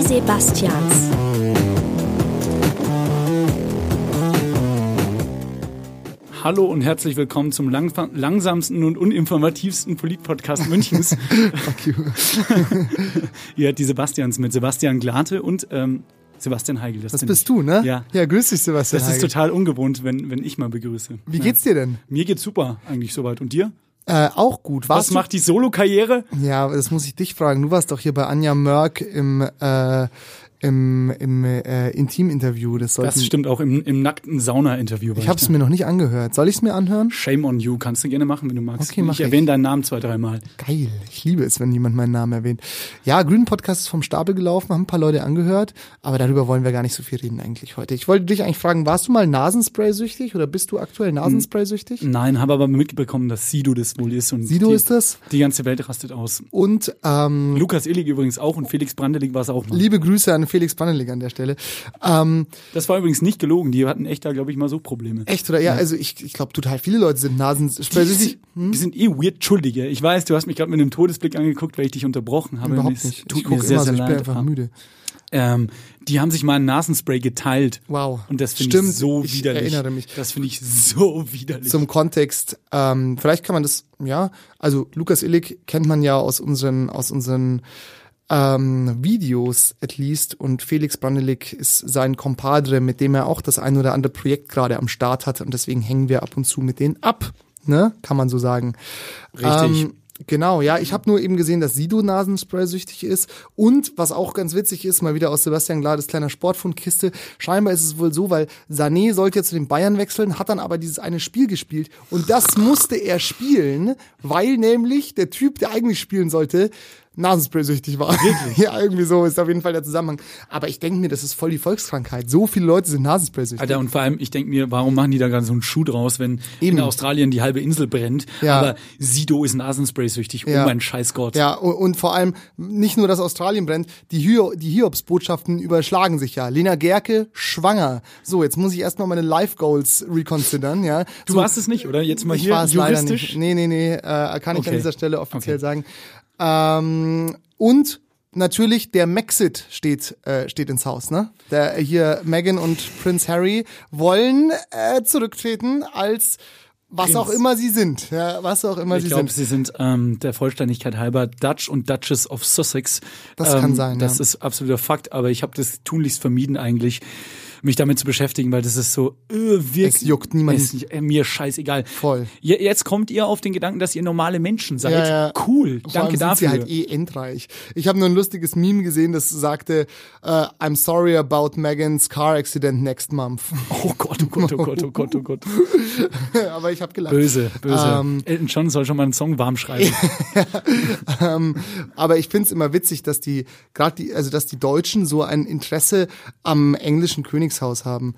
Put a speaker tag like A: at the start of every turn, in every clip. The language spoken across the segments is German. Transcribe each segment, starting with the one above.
A: Sebastians.
B: Hallo und herzlich willkommen zum lang langsamsten und uninformativsten Polit-Podcast Münchens.
C: Fuck you.
B: Ihr hört die Sebastians mit Sebastian Glate und ähm, Sebastian Heigl.
C: Das
B: bin
C: bist
B: ich.
C: du, ne?
B: Ja.
C: Ja, grüß dich, Sebastian.
B: Das ist
C: Heigl.
B: total ungewohnt, wenn, wenn ich mal begrüße.
C: Wie geht's dir denn?
B: Mir geht's super eigentlich soweit. Und dir?
C: Äh, auch gut.
B: Was
C: Warst du?
B: macht die Solo-Karriere?
C: Ja, aber das muss ich dich fragen. Du warst doch hier bei Anja Mörk im, äh, im, im äh, Intim-Interview. Das, sollten,
B: Das stimmt auch im, im nackten Sauna-Interview. war
C: Ich hab's
B: da.
C: mir noch nicht angehört. Soll ich's mir anhören?
B: Shame on you. Kannst du gerne machen, wenn du magst.
C: Okay, mach
B: ich
C: ich.
B: erwähne deinen Namen zwei, dreimal.
C: Geil. Ich liebe es, wenn jemand meinen Namen erwähnt. Ja, Grünen Podcast ist vom Stapel gelaufen, haben ein paar Leute angehört, aber darüber wollen wir gar nicht so viel reden eigentlich heute. Ich wollte dich eigentlich fragen, warst du mal Nasenspray-süchtig oder bist du aktuell Nasenspray-süchtig?
B: Nein, habe aber mitbekommen, dass Sido das wohl ist. Und
C: Sido
B: die,
C: ist das.
B: Die ganze Welt rastet aus.
C: Und ähm,
B: Lukas Illig übrigens auch und Felix Brandelig war es auch mal.
C: Liebe Grüße an Felix Pannelik an der Stelle. Ähm,
B: Das war übrigens nicht gelogen. Die hatten echt da, glaube ich, mal so Probleme.
C: echt oder ja, also ich, ich glaube total viele Leute sind Nasenspray.
B: Die,
C: Hm?
B: die sind eh weird Schuldige. Ich weiß, du hast mich gerade mit einem Todesblick angeguckt, weil ich dich unterbrochen habe. Mir-
C: Überhaupt
B: es
C: nicht.
B: Tut
C: Ich
B: mir
C: gucke
B: sehr,
C: immer so,
B: sehr
C: ich bin
B: leid.
C: einfach
B: an.
C: müde.
B: Ähm, die haben sich mal ein Nasenspray geteilt.
C: Wow.
B: Und das finde
C: Stimmt,
B: ich so
C: ich
B: widerlich.
C: erinnere mich.
B: Das finde ich so widerlich.
C: Zum Kontext, ähm, vielleicht kann man das, ja, also Lukas Illig kennt man ja aus unseren, aus unseren ähm, Videos at least und Felix Panelik ist sein Kompadre, mit dem er auch das ein oder andere Projekt gerade am Start hat und deswegen hängen wir ab und zu mit denen ab, ne? Kann man so sagen.
B: Richtig.
C: Ähm, genau, ja. Ich habe nur eben gesehen, dass Sido Nasenspray-süchtig ist. Und was auch ganz witzig ist, mal wieder aus Sebastian Glades kleiner Sportfundkiste, scheinbar ist es wohl so, weil Sané sollte ja zu den Bayern wechseln, hat dann aber dieses eine Spiel gespielt. Und das musste er spielen, weil nämlich der Typ, der eigentlich spielen sollte, Nasenspray-süchtig war. ja, irgendwie so ist auf jeden Fall der Zusammenhang. Aber ich denke mir, das ist voll die Volkskrankheit. So viele Leute sind Nasenspray-süchtig.
B: Alter, und vor allem, ich denke mir, warum machen die da gerade so einen Schuh draus, wenn
C: Eben.
B: in Australien die halbe Insel brennt?
C: Ja.
B: Aber Sido ist Nasenspray-süchtig.
C: Ja.
B: Oh mein Scheißgott.
C: Ja, und, und vor allem nicht nur, dass Australien brennt, die, Hio die Hiobsbotschaften überschlagen sich ja. Lena Gerke, schwanger. So, jetzt muss ich erstmal meine Life Goals reconsidern, ja.
B: Du
C: so,
B: warst es nicht, oder? Jetzt mal
C: ich
B: hier
C: war es leider
B: juristisch.
C: nicht. Nee, nee, nee, äh, kann ich
B: Okay.
C: an dieser Stelle offiziell
B: Okay.
C: sagen. Ähm, und natürlich der Maxit steht, äh, steht ins Haus, ne? Der, hier Meghan und Prince Harry wollen äh, zurücktreten als was auch immer sie sind. Ja, was auch immer
B: Ich
C: sie
B: glaube,
C: sind.
B: sie sind ähm, der Vollständigkeit halber Dutch und Duchess of Sussex.
C: Das
B: ähm,
C: kann sein,
B: Das
C: ja.
B: ist absoluter Fakt, aber ich habe das tunlichst vermieden eigentlich, mich damit zu beschäftigen, weil das ist so äh, wirklich.
C: Es juckt niemanden.
B: Es, äh, mir scheißegal.
C: Voll.
B: Je, jetzt kommt ihr auf den Gedanken, dass ihr normale Menschen seid.
C: Ja, ja.
B: Cool,
C: Vor
B: danke
C: allem sind
B: dafür.
C: Sie halt eh endreich. Ich habe nur ein lustiges Meme gesehen, das sagte, äh, I'm sorry about Megans car accident next month.
B: oh Gott, oh Gott, oh Gott, oh Gott, oh Gott.
C: Aber ich habe gelacht.
B: Böse, böse.
C: Ähm.
B: Elton John soll schon mal einen Song warm schreiben.
C: Aber ich find's immer witzig, dass die, gerade die, also dass die Deutschen so ein Interesse am englischen Königshaus haben.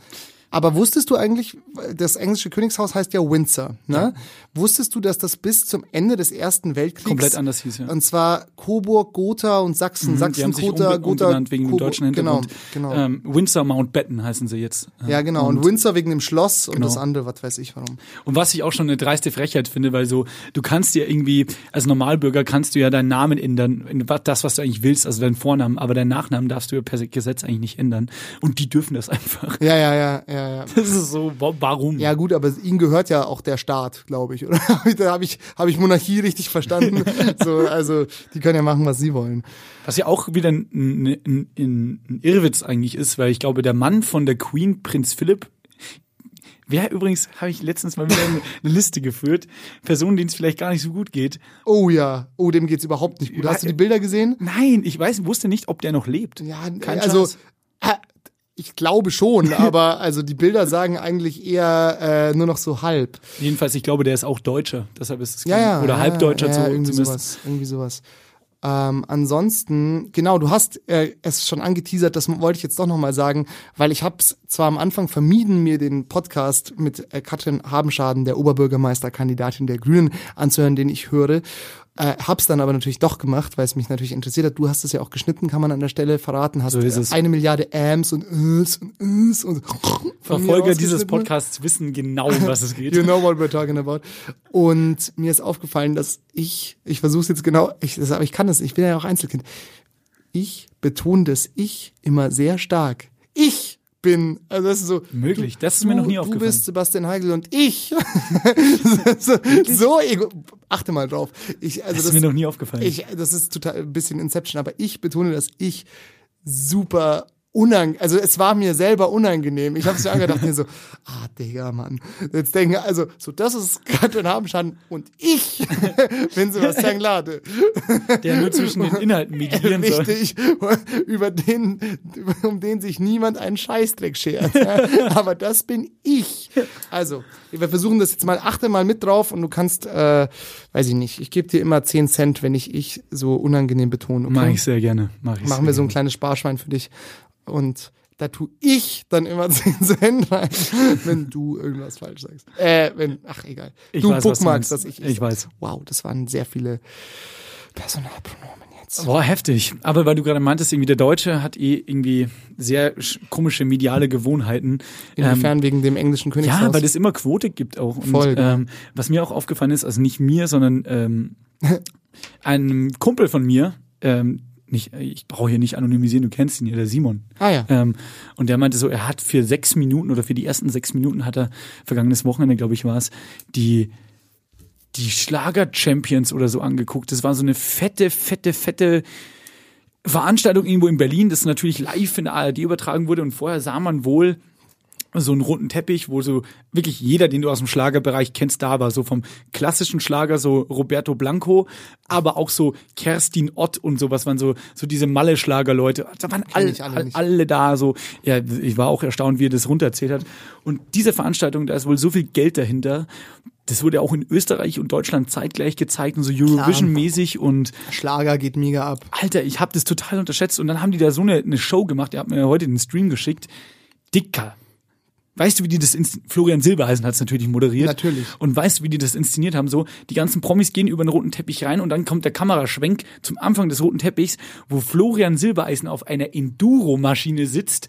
C: Aber wusstest du eigentlich, das englische Königshaus heißt ja Windsor, ne? Wusstest du, dass das bis zum Ende des Ersten Weltkriegs
B: Komplett anders hieß, ja. Mhm,
C: Und zwar Coburg, Gotha und Sachsen, Sachsen,
B: Die haben sich
C: Gotha,
B: umbe-
C: Gotha,
B: umbenannt wegen dem
C: Coburg-
B: deutschen Hintergrund.
C: Genau, genau.
B: Ähm, Windsor Mountbatten heißen sie jetzt.
C: Ja, genau. Und, Windsor wegen dem Schloss und
B: Genau.
C: das andere, was weiß ich warum.
B: Und was ich auch schon eine dreiste Frechheit finde, weil so, du kannst dir irgendwie, als Normalbürger kannst du ja deinen Namen ändern, in wa- das, was du eigentlich willst, also deinen Vornamen, aber deinen Nachnamen darfst du ja per Gesetz eigentlich nicht ändern. Und die dürfen das einfach.
C: Ja, ja, ja, ja, ja.
B: Das ist so, wa- warum?
C: Ja gut, aber ihnen gehört ja auch der Staat, glaube ich, oder? da habe ich, hab ich Monarchie richtig verstanden. so, also die können ja machen, was sie wollen.
B: Was ja auch wieder ein, ein, ein, ein Irrwitz eigentlich ist, weil ich glaube, der Mann von der Queen, Prinz Philipp, wer übrigens, habe ich letztens mal wieder eine, eine Liste geführt, Personen, denen es vielleicht gar nicht so gut geht.
C: Oh ja, oh, dem geht's überhaupt nicht gut. Hast du die Bilder gesehen?
B: Nein, ich weiß, wusste nicht, ob der noch lebt.
C: Ja,
B: Kein
C: also
B: Scheiß.
C: äh, ich glaube schon, aber also die Bilder sagen eigentlich eher äh, nur noch so halb.
B: Jedenfalls, ich glaube, der ist auch Deutscher. Deshalb ist es
C: Ja,
B: kein-
C: ja.
B: oder
C: ja,
B: Halbdeutscher
C: ja,
B: zu,
C: irgendwie
B: zumindest.
C: Sowas, irgendwie sowas. Ähm, ansonsten, genau, du hast äh, es schon angeteasert, das wollte ich jetzt doch nochmal sagen, weil ich habe es zwar am Anfang vermieden, mir den Podcast mit äh, Katrin Habenschaden, der Oberbürgermeisterkandidatin der Grünen, anzuhören, den ich höre. Äh, hab's dann aber natürlich doch gemacht, weil es mich natürlich interessiert hat. Du hast es ja auch geschnitten, kann man an der Stelle verraten. Hast
B: So ist
C: äh,
B: es.
C: eine Milliarde Ms und Ös und Ös und von mir
B: Verfolger dieses
C: rausgeschnitten.
B: Podcasts wissen genau, um was es geht.
C: You know what we're talking about. Und mir ist aufgefallen, dass ich, ich versuche es jetzt genau, ich, das, aber ich kann das, ich bin ja auch Einzelkind. ich betone das Ich immer sehr stark. Ich bin. Also das ist so.
B: Möglich,
C: du-
B: das ist mir noch nie
C: du,
B: aufgefallen.
C: Du bist Sebastian Heigl und ich. so, so ego. Achte mal drauf. Ich, also
B: Das
C: das,
B: ist mir noch nie aufgefallen.
C: ich, das ist total ein bisschen Inception, aber ich betone das Ich super unangenehm. Also es war mir selber unangenehm. Ich habe es mir angedacht, mir so, ah, Digga, Mann. Jetzt denke also, so das ist gerade ein Habenschaden und ich bin Sebastian Glade.
B: der nur zwischen den Inhalten medieren soll.
C: Wichtig, über den, um den sich niemand einen Scheißdreck schert. Aber das bin ich. Also, wir versuchen das jetzt mal, achte mal mit drauf und du kannst, äh, weiß ich nicht, ich gebe dir immer 10 Cent, wenn ich ich so unangenehm betone. Okay?
B: Mach ich sehr gerne. Mach ich
C: Machen
B: sehr
C: wir so ein
B: gerne.
C: kleines Sparschwein für dich. Und da tu ich dann immer 10 Cent rein, wenn du irgendwas falsch sagst. Äh, wenn, ach egal.
B: Ich
C: du
B: weiß, was du
C: bookmarkst,
B: meinst.
C: dass ich
B: Ich weiß.
C: Wow, das waren sehr viele Personalpronomen jetzt.
B: Boah, heftig. Aber weil du gerade meintest, irgendwie der Deutsche hat eh irgendwie sehr sch- komische mediale Gewohnheiten. Ähm,
C: Inwiefern wegen dem englischen Königshaus?
B: Ja, weil es immer Quote gibt auch. Und,
C: Voll, genau. ja.
B: ähm, was mir auch aufgefallen ist, also nicht mir, sondern ähm, einem Kumpel von mir, ähm, nicht, ich brauche hier nicht anonymisieren, du kennst ihn hier, der Simon.
C: ah ja.
B: Ähm, und der meinte so, er hat für sechs Minuten oder für die ersten sechs Minuten hat er, vergangenes Wochenende, glaube ich, war es, die die Schlager-Champions oder so angeguckt. Das war so eine fette, fette, fette Veranstaltung irgendwo in Berlin, das natürlich live in der ARD übertragen wurde und vorher sah man wohl so einen roten Teppich, wo so wirklich jeder, den du aus dem Schlagerbereich kennst, da war. So vom klassischen Schlager, so Roberto Blanco, aber auch so Kerstin Ott und sowas waren so, so diese Malle-Schlager-Leute. Da waren alle,
C: ich alle
B: alle,
C: nicht.
B: alle da so. Ja, ich war auch erstaunt, wie er das runterzählt hat. Und diese Veranstaltung, da ist wohl so viel Geld dahinter. Das wurde auch in Österreich und Deutschland zeitgleich gezeigt und so Eurovision-mäßig und
C: Schlager geht mega ab.
B: Alter, ich habe das total unterschätzt. Und dann haben die da so eine, eine Show gemacht. Ihr habt mir ja heute den Stream geschickt. Dicker. Weißt du, wie die das inst- Florian Silbereisen hat es natürlich moderiert.
C: Natürlich.
B: Und weißt du, wie die das inszeniert haben? So, die ganzen Promis gehen über den roten Teppich rein und dann kommt der Kameraschwenk zum Anfang des roten Teppichs, wo Florian Silbereisen auf einer Enduro-Maschine sitzt,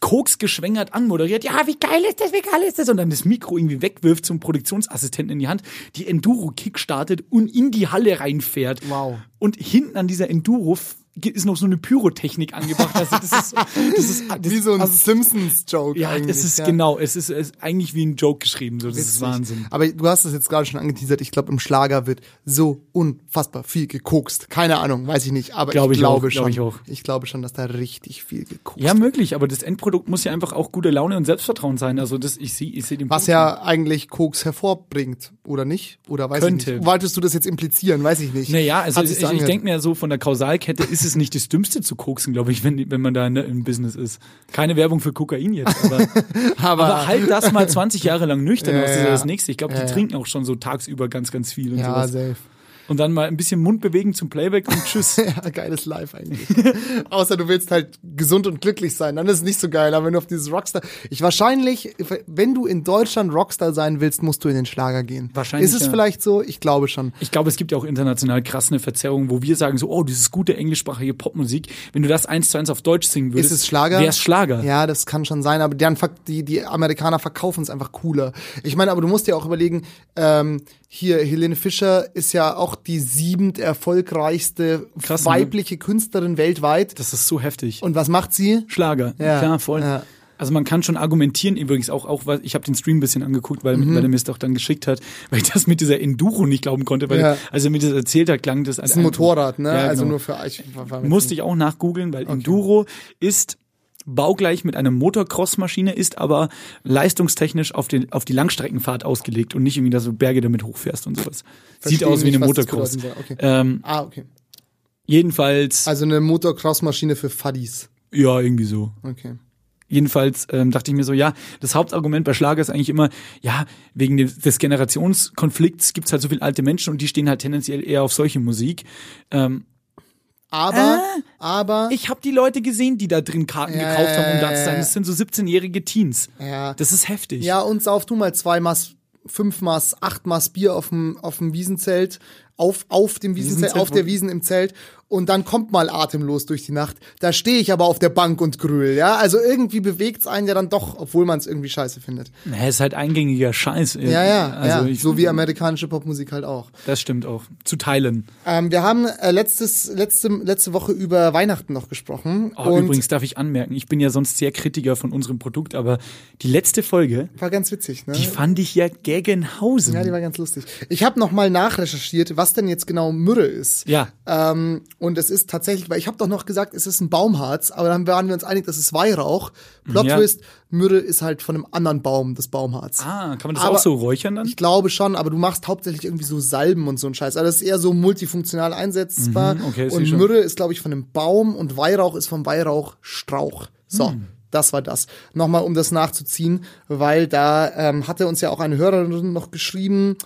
B: Koks geschwängert anmoderiert. Ja, wie geil ist das, wie geil ist das? Und dann das Mikro irgendwie wegwirft zum Produktionsassistenten in die Hand, die Enduro-Kick startet und in die Halle reinfährt.
C: Wow.
B: Und hinten an dieser Enduro f- ist noch so eine Pyrotechnik angebracht. Also das ist, das ist, das
C: Wie so ein
B: also-
C: Simpsons-Joke
B: ja,
C: eigentlich.
B: es ist
C: ja.
B: genau, es ist, es ist eigentlich wie ein Joke geschrieben, so, das ist Wahnsinn.
C: Aber du hast es jetzt gerade schon angeteasert. Ich glaube, im Schlager wird so unfassbar viel gekokst. Keine Ahnung, weiß ich nicht. Aber
B: Glaub
C: ich
B: ich
C: glaube
B: auch,
C: schon.
B: glaub ich auch.
C: glaube schon, dass da richtig viel gekokst
B: Ja, möglich, aber das Endprodukt muss ja einfach auch gute Laune und Selbstvertrauen sein. Also das, ich sehe, ich sehe den
C: Was
B: Punkt.
C: ja eigentlich Koks hervorbringt, oder nicht? Oder weiß
B: Könnte.
C: ich nicht. Wolltest du das jetzt implizieren? Weiß ich nicht.
B: Naja, also
C: Hat sich
B: ich,
C: so
B: ich
C: angehört.
B: denke mir so, von der Kausalkette ist es nicht das Dümmste zu koksen, glaube ich, wenn, wenn man da in, im Business ist. Keine Werbung für Kokain jetzt, aber,
C: aber,
B: aber halt das mal 20 Jahre lang nüchtern
C: Ja,
B: aus, das ist ja
C: ja.
B: das Nächste. Ich glaube, die
C: Ja, ja.
B: trinken auch schon so tagsüber ganz, ganz viel und
C: ja,
B: sowas.
C: safe.
B: Und dann mal ein bisschen Mund bewegen zum Playback und tschüss.
C: Ja, geiles Live eigentlich. Außer du willst halt gesund und glücklich sein, dann ist es nicht so geil. Aber wenn du auf dieses Rockstar, ich wahrscheinlich, wenn du in Deutschland Rockstar sein willst, musst du in den Schlager gehen.
B: Wahrscheinlich,
C: Ist es
B: ja.
C: vielleicht so? Ich glaube schon.
B: Ich glaube, es gibt ja auch international krass eine Verzerrung, wo wir sagen so, oh, dieses gute englischsprachige Popmusik, wenn du das eins zu eins auf Deutsch singen würdest,
C: Ist es Schlager?
B: wär's Schlager.
C: Ja, das kann schon sein, aber deren Fakt, die, die Amerikaner verkaufen es einfach cooler. Ich meine, aber du musst dir auch überlegen, ähm, hier Helene Fischer ist ja auch die siebend erfolgreichste
B: Krass, ne?
C: weibliche Künstlerin weltweit.
B: Das ist so heftig.
C: Und was macht sie?
B: Schlager,
C: Ja,
B: klar, voll.
C: ja.
B: Also man kann schon argumentieren, übrigens auch, auch was, ich habe den Stream ein bisschen angeguckt, weil,
C: Mhm.
B: weil er mir es doch dann geschickt hat, weil ich das mit dieser Enduro nicht glauben konnte, weil
C: Ja.
B: als er mir das erzählt hat, klang das als
C: Ein Motorrad, ne?
B: Ja, genau.
C: Also nur für ich, war- war mir
B: Musste ich auch nachgoogeln, weil Enduro ist baugleich mit einer Motocross-Maschine, ist aber leistungstechnisch auf, den, auf die Langstreckenfahrt ausgelegt und nicht irgendwie, dass du Berge damit hochfährst und sowas. Sieht
C: Verstehe
B: aus wie
C: nicht,
B: eine
C: was das
B: Motocross.
C: bedeuten soll. Okay.
B: Ähm,
C: Ah, okay.
B: jedenfalls,
C: Also eine Motocross-Maschine für Fuddies.
B: ja, irgendwie so.
C: Okay.
B: Jedenfalls ähm, dachte ich mir so, ja, das Hauptargument bei Schlager ist eigentlich immer, ja, wegen des, des Generationskonflikts gibt's halt so viele alte Menschen und die stehen halt tendenziell eher auf solche Musik. Ähm,
C: Aber, aber,
B: Ah. ich habe die Leute gesehen, die da drin Karten
C: Ja,
B: gekauft haben, um
C: ja,
B: da zu
C: ja,
B: sein.
C: ja.
B: Das sind so 17-jährige Teens.
C: ja,
B: Das ist heftig.
C: ja, und sauf du mal zwei Maß, fünf Maß, acht Maß Bier auf dem, auf dem Wiesenzelt, auf, auf dem Wiesenzelt,
B: Wiesenzelt,
C: auf der
B: wo-
C: Wiesen im Zelt und dann kommt mal atemlos durch die Nacht. Da stehe ich aber auf der Bank und grühl, ja. Also irgendwie bewegt's einen ja dann doch, obwohl man es irgendwie scheiße findet.
B: Na, ist halt eingängiger Scheiß.
C: Ja, ja,
B: Also
C: ja.
B: Ich,
C: so wie amerikanische Popmusik halt auch.
B: das stimmt auch. Zu teilen.
C: Ähm, wir haben äh, letztes, letzte, letzte Woche über Weihnachten noch gesprochen.
B: Oh,
C: und
B: übrigens darf ich anmerken, ich bin ja sonst sehr Kritiker von unserem Produkt, aber die letzte Folge,
C: war ganz witzig, ne?
B: die fand ich ja Gegenhausen.
C: ja, die war ganz lustig. Ich habe nochmal nachrecherchiert, was denn jetzt genau Myrrhe ist.
B: Ja.
C: Ähm, und es ist tatsächlich, weil ich habe doch noch gesagt, es ist ein Baumharz, aber dann waren wir uns einig, das ist Weihrauch. Plot
B: Mhm, Ja.
C: Twist, Myrrhe ist halt von einem anderen Baum, das Baumharz.
B: ah, kann man das
C: Aber-
B: auch so räuchern dann?
C: Ich glaube schon, aber du machst hauptsächlich irgendwie so Salben und so einen Scheiß. Also das ist eher so multifunktional einsetzbar.
B: Mhm, okay, sehe
C: und
B: schon.
C: Myrrhe ist, glaube ich, von einem Baum und Weihrauch ist vom Weihrauchstrauch. So,
B: Hm.
C: das war das. Nochmal, um das nachzuziehen, weil da ähm, hatte uns ja auch eine Hörerin noch geschrieben,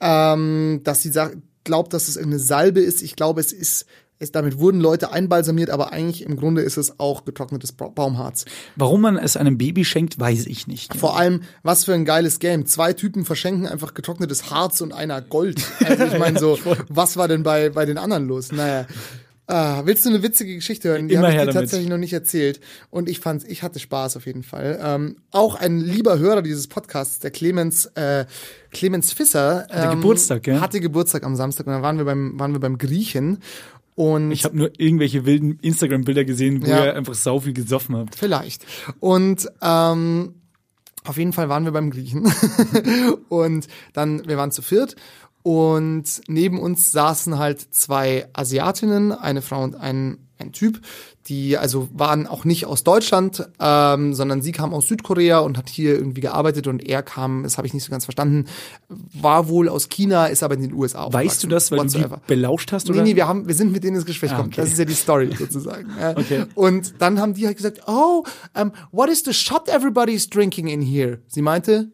C: ähm, dass sie sagt, glaubt, dass es irgendeine Salbe ist. Ich glaube, es ist. Es, damit wurden Leute einbalsamiert, aber eigentlich im Grunde ist es auch getrocknetes Ba- Baumharz.
B: Warum man es einem Baby schenkt, weiß ich nicht.
C: Vor allem, was für ein geiles Game. Zwei Typen verschenken einfach getrocknetes Harz und einer Gold. Also ich meine so, was war denn bei, bei den anderen los? Naja. Ah, willst du eine witzige Geschichte hören? Die
B: Immer
C: habe ich
B: her
C: dir
B: damit.
C: tatsächlich noch nicht erzählt. Und ich fand's, ich hatte Spaß auf jeden Fall. Ähm, auch ein lieber Hörer dieses Podcasts, der Clemens, äh, Clemens Fisser. Hatte
B: Geburtstag, gell?
C: Hatte Geburtstag am Samstag und dann waren wir beim, waren wir beim Griechen. Und
B: Ich habe nur irgendwelche wilden Instagram-Bilder gesehen, wo
C: Ja.
B: ihr einfach sau viel gesoffen habt.
C: Vielleicht. Und ähm, auf jeden Fall waren wir beim Griechen. und dann, wir waren zu viert. Und neben uns saßen halt zwei Asiatinnen, eine Frau und ein, ein Typ, die also waren auch nicht aus Deutschland, ähm, sondern sie kam aus Südkorea und hat hier irgendwie gearbeitet und er kam, das habe ich nicht so ganz verstanden, war wohl aus China, ist aber in den USA
B: Weißt du
C: aufgewachsen.
B: das, weil du
C: Whatsoever.
B: die belauscht hast? Oder?
C: Nee, nee, wir, haben, wir sind mit denen ins Gespräch gekommen.
B: okay.
C: Das ist ja die Story sozusagen. Ja.
B: Okay.
C: Und dann haben die halt gesagt, oh, um, what is the shot everybody's drinking in here? Sie meinte,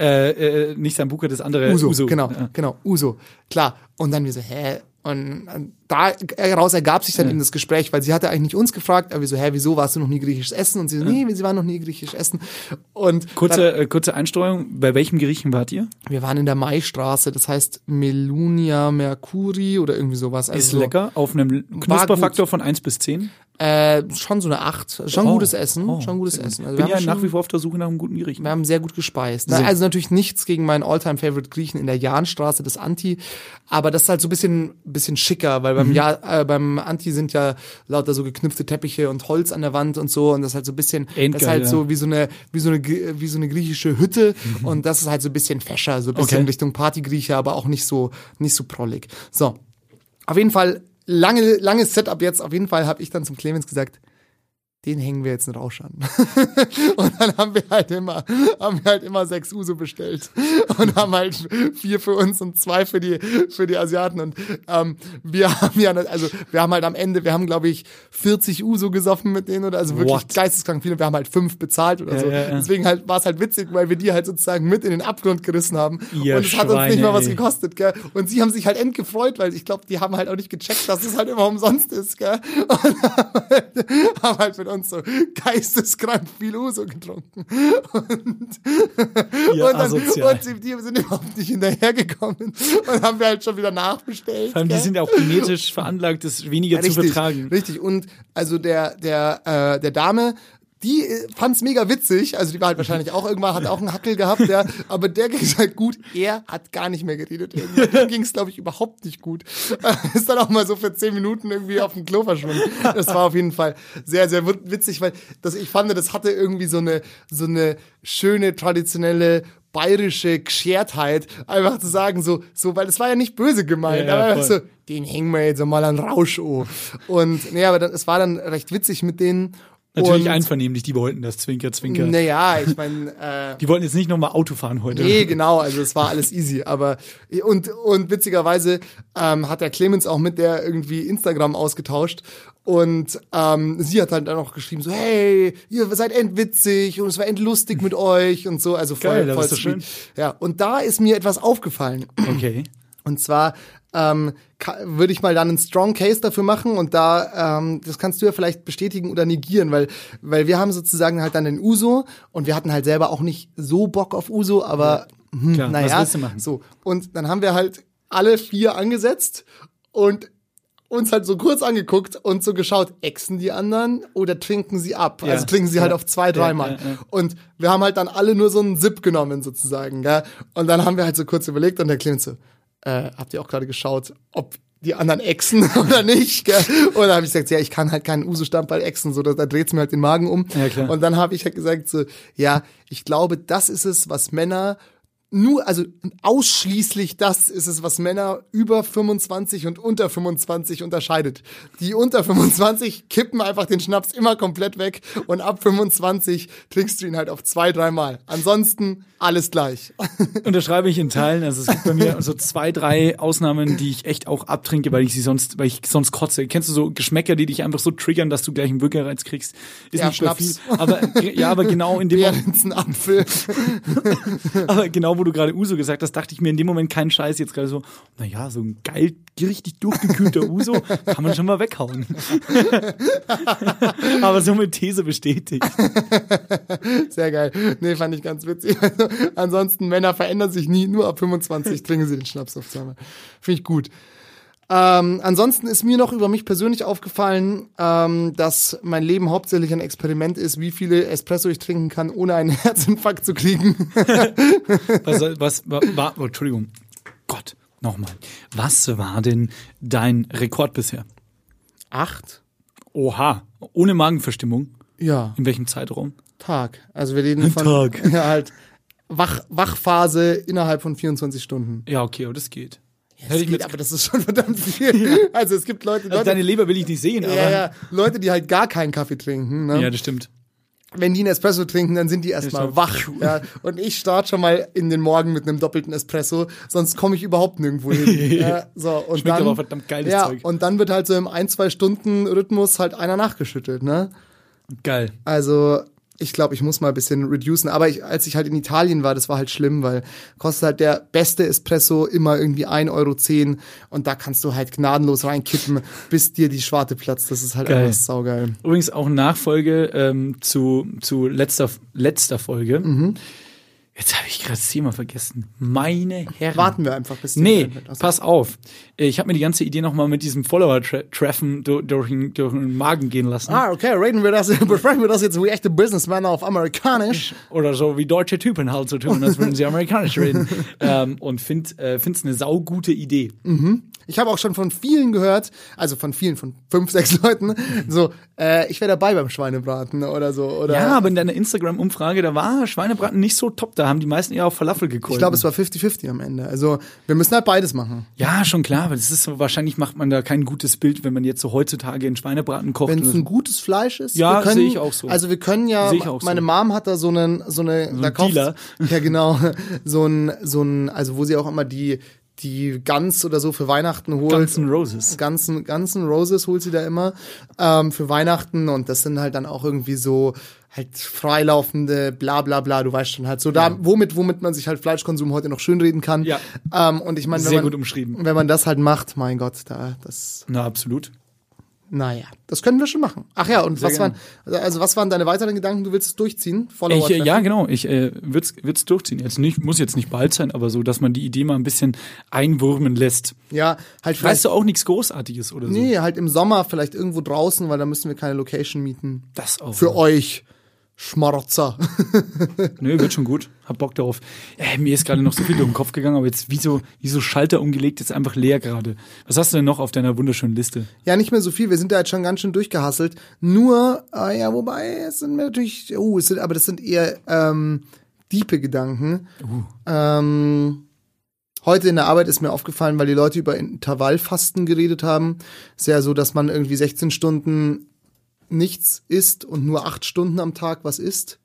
B: äh, äh, nicht Sambuca, das andere
C: Uso. Genau,
B: Ja.
C: genau, Uso. Klar. Und dann wir so, hä? Und und da daraus ergab sich dann eben das Gespräch, weil sie hatte eigentlich nicht uns gefragt, aber wir so, hä, wieso warst du noch nie griechisch essen? Und sie so, nee, sie waren noch nie griechisch essen. Und dann,
B: Kurze, äh, kurze Einsteuerung, bei welchem Griechen wart ihr?
C: wir waren in der Maistraße, das heißt Melunia Mercuri oder irgendwie sowas. Also
B: Ist
C: so-
B: lecker, auf einem Knusperfaktor von 1 bis 10.
C: Äh, schon so eine Acht. Schon
B: Oh,
C: gutes Essen.
B: oh,
C: schon gutes
B: sehr gut.
C: Essen. Also
B: bin
C: wir,
B: ja
C: haben
B: nach
C: schon,
B: wie vor auf der Suche nach einem guten Griechen.
C: wir haben sehr gut gespeist. Na, also natürlich nichts gegen meinen alltime favorite Griechen in der Jahnstraße, das Anti. Aber das ist halt so ein bisschen, bisschen schicker, weil beim,
B: Mhm.
C: ja, äh, beim Anti sind ja lauter so geknüpfte Teppiche und Holz an der Wand und so. Und das ist halt so ein bisschen, das
B: Endgeil,
C: ist halt
B: ja. Mhm.
C: so wie so eine, wie so eine, gr- wie so eine griechische Hütte. Und das ist halt so ein bisschen fescher, so ein bisschen
B: Okay.
C: Richtung Partygrieche, aber auch nicht so, nicht so prollig. So. Auf jeden Fall, lange, langes Setup jetzt. Auf jeden Fall habe ich dann zum Clemens gesagt, den hängen wir jetzt einen Rausch an. und dann haben wir halt immer, haben wir halt immer sechs Uso bestellt. Und haben halt vier für uns und zwei für die, für die Asiaten. Und, ähm, wir haben ja, also, wir haben halt am Ende, wir haben, glaube ich, 40 Uso gesoffen mit denen oder, also wirklich
B: What?
C: geisteskrank viele. Wir haben halt fünf bezahlt oder
B: Ja,
C: so.
B: ja, ja.
C: Deswegen halt, war es halt witzig, weil wir die halt sozusagen mit in den Abgrund gerissen haben.
B: Ihr
C: und es hat uns nicht
B: Schweine,
C: mal was
B: ey.
C: gekostet gekostet, gell? Und sie haben sich halt end gefreut, weil ich glaube, die haben halt auch nicht gecheckt, dass es halt immer umsonst ist, gell? Und haben halt mit uns so geisteskrank viel Uso getrunken.
B: Ihr
C: und dann,
B: asozial.
C: und sie, die sind überhaupt nicht hinterhergekommen und haben wir halt schon wieder nachbestellt.
B: Vor allem, die
C: gell?
B: sind ja auch genetisch veranlagt, das weniger zu vertragen.
C: Richtig, und also der, der, äh, der Dame, die äh, fand's mega witzig, also die war halt wahrscheinlich
B: Mhm.
C: auch irgendwann, hat auch einen Hackel gehabt, ja, aber der ging's halt gut, er hat gar nicht mehr geredet. Irgendwann. Dem ging's, glaube ich, überhaupt nicht gut. Äh, Ist dann auch mal so für zehn Minuten irgendwie auf dem Klo verschwunden. Das war auf jeden Fall sehr, sehr wit- witzig, weil das, ich fand, das hatte irgendwie so eine, so eine schöne, traditionelle bayerische Geschertheit, einfach zu sagen, so, so, weil es war ja nicht böse gemeint,
B: Ja, ja,
C: aber einfach
B: voll.
C: so, den hängen wir jetzt mal an Rausch an. Und nee, aber dann, es war dann recht witzig mit denen.
B: Natürlich
C: und,
B: einvernehmlich, die wollten das, Zwinker, Zwinker.
C: Naja, ich meine, äh,
B: Die wollten jetzt nicht nochmal Auto fahren heute.
C: nee, genau, also es war alles easy. Aber und, und witzigerweise ähm, hat der Clemens auch mit der irgendwie Instagram ausgetauscht. Und ähm, sie hat halt dann auch geschrieben, so, hey, ihr seid endwitzig und es war endlustig mit euch und so. Also voll,
B: Geil, das
C: voll
B: ist doch
C: sweet. Ja, und da ist mir etwas aufgefallen.
B: Okay.
C: Und zwar ähm, ka- würde ich mal dann einen Strong Case dafür machen und da, ähm, das kannst du ja vielleicht bestätigen oder negieren, weil, weil wir haben sozusagen halt dann den Uso und wir hatten halt selber auch nicht so Bock auf Uso, aber hm,
B: Klar, was
C: naja,
B: willst du machen?
C: so. Und dann haben wir halt alle vier angesetzt und uns halt so kurz angeguckt und so geschaut, ächzen die anderen oder trinken sie ab?
B: Ja.
C: Also trinken sie halt
B: Ja.
C: auf zwei, dreimal.
B: ja, ja.
C: Und wir haben halt dann alle nur so einen Sip genommen sozusagen. Gell? Und dann haben wir halt so kurz überlegt und der Clemens so, äh, habt ihr auch gerade geschaut, ob die anderen Echsen oder nicht? Gell? Und dann habe ich gesagt, ja, ich kann halt keinen Uso-Stammball Echsen, so, da, da dreht's mir halt den Magen um.
B: Ja, klar.
C: Und dann habe ich halt gesagt, so, ja, ich glaube, das ist es, was Männer nur, also ausschließlich das ist es, was Männer über 25 und unter 25 unterscheidet. Die unter 25 kippen einfach den Schnaps immer komplett weg und ab 25 trinkst du ihn halt auf zwei, dreimal. Ansonsten alles gleich.
B: Unterschreibe ich in Teilen. Also es gibt bei mir so zwei, drei Ausnahmen, die ich echt auch abtrinke, weil ich sie sonst, weil ich sonst kotze. Kennst du so Geschmäcker, die dich einfach so triggern, dass du gleich einen Bürgerreiz kriegst? Ist
C: Ja,
B: nicht bei
C: Schnaps.
B: viel. Aber ja, aber genau in dem Moment,
C: Bärenzen, Apfel.
B: aber genau wo du gerade Uso gesagt hast, dachte ich mir in dem Moment keinen Scheiß jetzt gerade so, naja, so ein geil, richtig durchgekühlter Uso kann man schon mal weghauen. aber so mit These bestätigt.
C: Sehr geil. Nee, fand ich ganz witzig. Also, ansonsten, Männer verändern sich nie. Nur ab 25 trinken sie den Schnaps auf zweimal. Finde ich gut. Ähm, ansonsten ist mir noch über mich persönlich aufgefallen, ähm, dass mein Leben hauptsächlich ein Experiment ist, wie viele Espresso ich trinken kann, ohne einen Herzinfarkt zu kriegen.
B: Was, was war, war, oh, Entschuldigung. Gott, nochmal. Was war denn dein Rekord bisher?
C: Acht?
B: Oha, ohne Magenverstimmung.
C: Ja,
B: In welchem Zeitraum?
C: Tag. Also wir reden von
B: Tag.
C: Ja, halt Wach, Wachphase innerhalb von 24 Stunden.
B: Ja, okay, aber das geht.
C: Das
B: Hätte ich
C: geht,
B: mir-
C: aber das ist schon verdammt viel. Also es gibt Leute,
B: Also
C: Leute,
B: deine Leber will ich nicht sehen, aber.
C: ja, ja, Leute, die halt gar keinen Kaffee trinken. Ne?
B: Ja, das stimmt.
C: wenn die einen Espresso trinken, dann sind die erstmal
B: Ja,
C: wach. Ja. Und ich starte schon mal in den Morgen mit einem doppelten Espresso, sonst komme ich überhaupt nirgendwo hin. ja, so, und
B: Schmeckt
C: dann,
B: aber verdammt geiles
C: ja,
B: Zeug.
C: Und dann wird halt so im ein, zwei Stunden Rhythmus halt einer nachgeschüttelt, ne?
B: Geil.
C: Also ich glaube, ich muss mal ein bisschen reducen. Aber ich, als ich halt in Italien war, das war halt schlimm, weil kostet halt der beste Espresso immer irgendwie 1,10 Euro und da kannst du halt gnadenlos reinkippen, bis dir die Schwarte platzt. Das ist halt
B: Geil.
C: einfach saugeil.
B: Übrigens auch Nachfolge ähm, zu, zu letzter, letzter Folge.
C: Mhm.
B: Jetzt habe ich gerade das Thema vergessen. Meine Herren.
C: Warten wir einfach, bis die
B: Nee,
C: Internet- Achso.
B: pass auf. Ich habe mir die ganze Idee nochmal mit diesem Follower-Treffen durch, durch, den- durch den Magen gehen lassen.
C: Ah, okay, reden wir das, besprechen wir das jetzt wie echte Businessmänner auf Amerikanisch.
B: Oder so wie deutsche Typen halt so tun, als würden sie amerikanisch reden. ähm, und finde äh, find's eine saugute Idee.
C: Ich habe auch schon von vielen gehört, also von vielen, von fünf, sechs Leuten, so, äh, ich wäre dabei beim Schweinebraten oder so. Oder
B: Ja, aber in deiner Instagram-Umfrage, da war Schweinebraten nicht so top. Da haben die meisten eher auf Falafel geguckt.
C: Ich glaube, es war 50-50 am Ende. Also, wir müssen halt beides machen.
B: Ja, schon klar, aber das ist so, wahrscheinlich macht man da kein gutes Bild, wenn man jetzt so heutzutage einen Schweinebraten kocht.
C: Wenn
B: oder
C: es
B: so.
C: ein gutes Fleisch ist,
B: Ja,
C: wir können,
B: sehe ich auch so.
C: Also wir können ja,
B: Sehe ich auch so.
C: meine Mom hat da so einen, so eine, da
B: einen Dealer.
C: ja genau, so ein, so ein, also wo sie auch immer die, die Gans oder so für Weihnachten holt.
B: Guns N' Roses.
C: ganzen, ganzen Roses holt sie da immer ähm, für Weihnachten und das sind halt dann auch irgendwie so halt freilaufende bla bla bla, du weißt schon halt so da, womit, womit man sich halt Fleischkonsum heute noch schönreden kann.
B: Ja.
C: Ähm, und ich meine, wenn,
B: Sehr gut
C: man-
B: umschrieben.
C: wenn man das halt macht, mein Gott, da, das,
B: Na, absolut.
C: naja, das können wir schon machen. Ach ja, und was
B: gerne.
C: waren, also was waren deine weiteren Gedanken? Du willst es durchziehen? Follower
B: Ich, äh, ja, genau. Ich äh, würd's, würd's durchziehen. Jetzt nicht, muss jetzt nicht bald sein, aber so, dass man die Idee mal ein bisschen einwurmen lässt.
C: ja, halt vielleicht,
B: Weißt du auch nichts Großartiges oder so?
C: nee, halt im Sommer vielleicht irgendwo draußen, weil da müssen wir keine Location mieten.
B: Das auch.
C: Für euch, Schmarotzer.
B: Nö, wird schon gut. Hab Bock darauf. Äh, mir ist gerade noch so viel durch den Kopf gegangen, aber jetzt wie so, wie so Schalter umgelegt, jetzt einfach leer gerade. Was hast du denn noch auf deiner wunderschönen Liste?
C: Ja, nicht mehr so viel. Wir sind da jetzt schon ganz schön durchgehasselt. Nur, äh, ja, wobei, es sind mir natürlich, oh, es sind, aber das sind eher ähm, diepe Gedanken. Ähm, heute in der Arbeit ist mir aufgefallen, weil die Leute über Intervallfasten geredet haben. Ist ja so, dass man irgendwie 16 Stunden nichts isst und nur 8 Stunden am Tag was isst.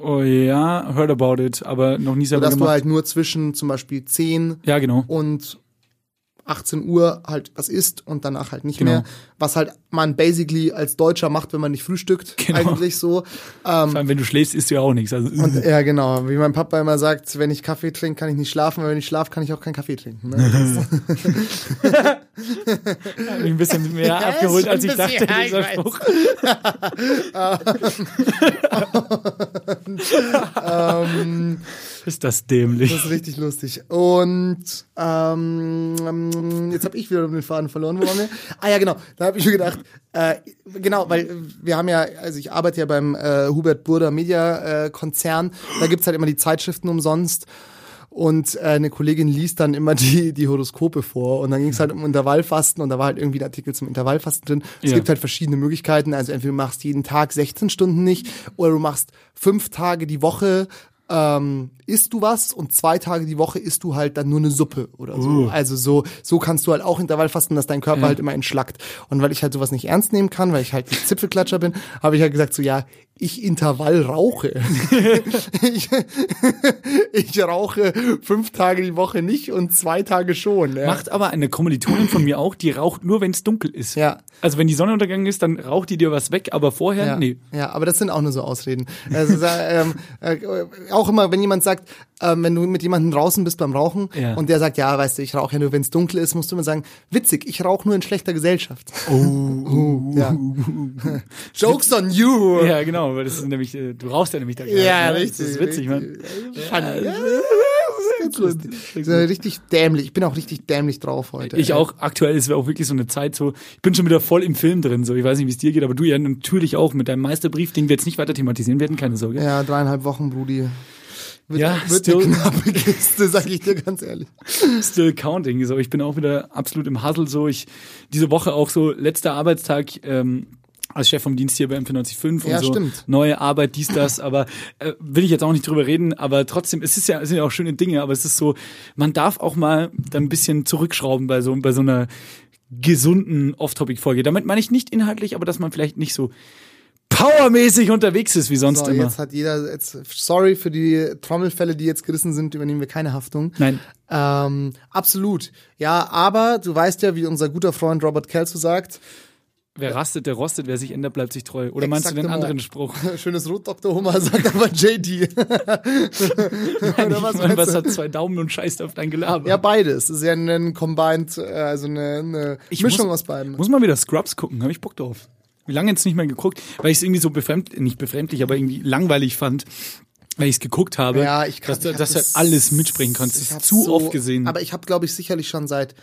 B: Oh ja, heard about it, aber noch nie selber
C: Dass du
B: gemacht.
C: halt nur zwischen zum Beispiel 10
B: ja, genau.
C: und 18 Uhr halt was isst und danach halt nicht
B: Genau.
C: mehr. Was halt man basically als Deutscher macht, wenn man nicht frühstückt,
B: Genau.
C: eigentlich so. Ähm,
B: Vor allem, wenn du schläfst, isst du ja auch nichts. Also,
C: ja, genau. Wie mein Papa immer sagt, wenn ich Kaffee trinke, kann ich nicht schlafen, wenn ich schlafe, kann ich auch keinen Kaffee trinken. Ne?
B: hab mich ein bisschen mehr
C: ist
B: abgeholt,
C: schon
B: als Ah, ich
C: ein bisschen
B: dachte, dieser
C: heiß.
B: Spruch. Ist das dämlich.
C: Das ist richtig lustig. Und ähm, jetzt habe ich wieder den Faden verloren, wo waren wir? Ah ja, genau. Da habe ich mir gedacht, äh, genau, weil wir haben ja, also ich arbeite ja beim äh, Hubert Burda Media äh, Konzern. Da gibt's halt immer die Zeitschriften umsonst. Und äh, eine Kollegin liest dann immer die, die Horoskope vor. Und dann ging es halt um Intervallfasten und da war halt irgendwie ein Artikel zum Intervallfasten drin. Es
B: Ja.
C: gibt halt verschiedene Möglichkeiten. Also entweder du machst jeden Tag 16 Stunden nicht oder du machst fünf Tage die Woche ähm, isst du was und zwei Tage die Woche isst du halt dann nur eine Suppe oder so. Also so, so kannst du halt auch Intervallfasten, dass dein Körper halt immer entschlackt. Und weil ich halt sowas nicht ernst nehmen kann, weil ich halt ein Zipfelklatscher bin, habe ich halt gesagt so, ja, ich Intervall rauche. ich, ich rauche fünf Tage die Woche nicht und zwei Tage schon. Ja.
B: Macht aber eine Kommilitonin von mir auch, die raucht nur, wenn es dunkel ist.
C: Ja.
B: Also wenn die Sonne untergegangen ist, dann raucht die dir was weg, aber vorher,
C: Ja,
B: nee.
C: ja, aber das sind auch nur so Ausreden. Also, da, ähm, äh, auch immer, wenn jemand sagt, ähm, wenn du mit jemandem draußen bist beim Rauchen
B: Ja.
C: und der sagt, ja, weißt du, ich rauche ja nur, wenn es dunkel ist, musst du immer sagen, witzig, ich rauche nur in schlechter Gesellschaft. Oh. ja. Jokes on you.
B: Ja, genau, weil das ist nämlich, äh, du rauchst ja nämlich da gerade,
C: Ja,
B: ne?
C: richtig.
B: Das ist witzig, man.
C: richtig. Funny. Ja, das ist ganz lustig. So richtig dämlich. Ich bin auch richtig dämlich drauf heute.
B: Ich auch, aktuell ist auch wirklich so eine Zeit so, ich bin schon wieder voll im Film drin, so, ich weiß nicht, wie es dir geht, aber du ja natürlich auch mit deinem Meisterbrief, den wir jetzt nicht weiter thematisieren werden, keine Sorge.
C: Ja, dreieinhalb Wochen, Brudi. Wird,
B: Ja,
C: wird
B: still-
C: eine knappe Kiste, sag ich dir ganz ehrlich.
B: Still counting, so, ich bin auch wieder absolut im Hustle, so, ich, diese Woche auch so, letzter Arbeitstag, ähm, als Chef vom Dienst hier bei M495
C: Ja,
B: und so
C: stimmt.
B: neue Arbeit, dies, das, aber äh, will ich jetzt auch nicht drüber reden, aber trotzdem, es ist ja, es sind ja auch schöne Dinge, aber es ist so, man darf auch mal dann ein bisschen zurückschrauben bei so, bei so einer gesunden Off-Topic-Folge. Damit meine ich nicht inhaltlich, aber dass man vielleicht nicht so powermäßig unterwegs ist wie sonst
C: So,
B: immer.
C: jetzt hat jeder, jetzt, sorry für die Trommelfälle, die jetzt gerissen sind, übernehmen wir keine Haftung.
B: Nein.
C: Ähm, absolut. Ja, aber du weißt ja, wie unser guter Freund Robert Kelso sagt,
B: Wer rastet, der rostet, wer sich ändert, bleibt sich treu. Oder meinst du den
C: Exactement.
B: anderen Spruch?
C: schönes Rot, Dr. Homer, sagt aber JD. Oder
B: ich
C: was
B: meine,
C: meinst
B: was
C: du?
B: hat zwei Daumen und scheißt auf dein Gelaber?
C: Ja, beides. Das ist ja ein combined, äh, also eine, eine
B: Ich
C: Mischung
B: muss-
C: aus beiden.
B: Muss mal wieder Scrubs gucken, habe ich Bock drauf. Wie lange jetzt nicht mehr geguckt, weil ich es irgendwie so befremd, nicht befremdlich, aber irgendwie langweilig fand, weil ich es geguckt habe.
C: Ja, ich
B: dass,
C: kann- ich
B: du-
C: hab
B: dass du
C: das-
B: alles mitsprechen konntest. Das
C: ich
B: ist
C: hab's
B: zu
C: so-
B: oft gesehen.
C: Aber ich habe, glaube ich, sicherlich schon seit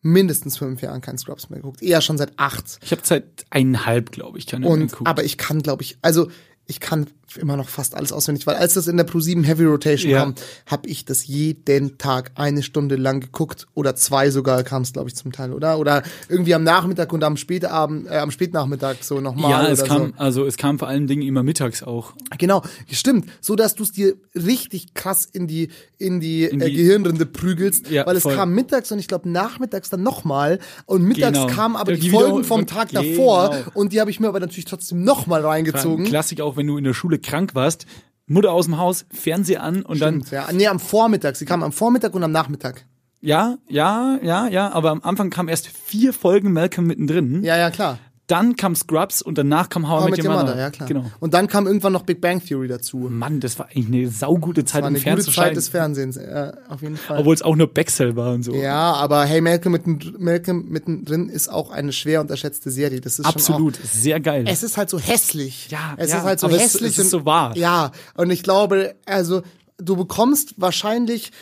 C: mindestens fünf Jahren kein Scrubs mehr geguckt. Eher schon seit acht.
B: ich habe seit eineinhalb, glaube ich, keine mehr
C: Und,
B: geguckt.
C: aber ich kann, glaube ich, also ich kann immer noch fast alles auswendig, weil als das in der Pro7 Heavy Rotation
B: Ja.
C: kam, habe ich das jeden Tag eine Stunde lang geguckt oder zwei sogar kam es, glaube ich, zum Teil, oder? Oder irgendwie am Nachmittag und am Spätabend, äh, am Spätnachmittag so nochmal.
B: ja, es
C: oder
B: kam,
C: So.
B: also es kam vor allen Dingen immer mittags auch.
C: Genau, stimmt. So dass du es dir richtig krass in die in die, äh,
B: die-
C: Gehirnrinde prügelst,
B: Ja,
C: weil es
B: voll.
C: kam mittags und ich glaube nachmittags dann nochmal und mittags
B: Genau.
C: kamen aber
B: Ja,
C: die,
B: die
C: Folgen
B: Wiederhol-
C: vom Tag
B: Genau.
C: davor und die habe ich mir aber natürlich trotzdem nochmal reingezogen.
B: Klassik auch, wenn du in der Schule krank warst, Mutter aus dem Haus, Fernseher an und dann
C: Stimmt, ja. Nee, am Vormittag. Sie kamen am Vormittag und am Nachmittag.
B: ja, ja, ja, ja, aber am Anfang kamen erst vier Folgen Malcolm mittendrin,
C: Ja, ja, klar.
B: dann kam Scrubs und danach kam How I
C: Aber
B: Met
C: mit
B: Your
C: dem
B: Mother.
C: ja klar.
B: Genau.
C: Und dann kam irgendwann noch Big Bang Theory dazu.
B: Mann, das war eigentlich eine saugute Zeit,
C: War
B: um
C: eine gute
B: fernzuschalten.
C: Zeit des Fernsehens, äh, auf jeden Fall.
B: Obwohl es auch nur Backsell war und so.
C: ja, aber hey, Malcolm, mitten, Malcolm mittendrin ist auch eine schwer unterschätzte Serie. Das ist Schon auch,
B: Absolut, sehr geil.
C: es ist halt so hässlich.
B: Ja,
C: es
B: ja,
C: ist halt so
B: aber es-
C: hässlich.
B: es ist
C: und-
B: so wahr.
C: Ja, und ich glaube, also du bekommst wahrscheinlich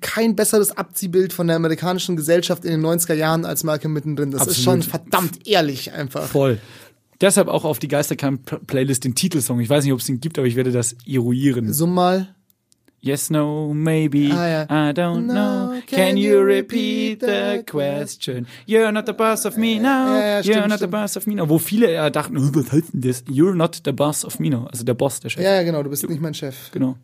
C: kein besseres Abziehbild von der amerikanischen Gesellschaft in den 90er Jahren als Malcolm mittendrin. Das ist schon
B: Absolut.
C: verdammt ehrlich einfach.
B: Voll. Deshalb auch auf die Geisterkamp-Playlist den Titelsong. Ich weiß nicht, ob es den gibt, aber ich werde das eruieren.
C: Summ mal.
B: Yes, no, maybe,
C: Ah, ja.
B: I don't
C: No,
B: know. Can
C: can
B: you
C: you
B: repeat
C: repeat
B: the
C: the Äh,
B: question? You're not the boss of me now.
C: ja, ja, stimmt,
B: You're not the
C: stimmt.
B: boss of me now. Wo viele ja dachten, oh, was heißt denn das? You're not the boss of me now. Also der Boss, der Chef.
C: Ja, ja, genau, du bist nicht mein Chef.
B: Genau.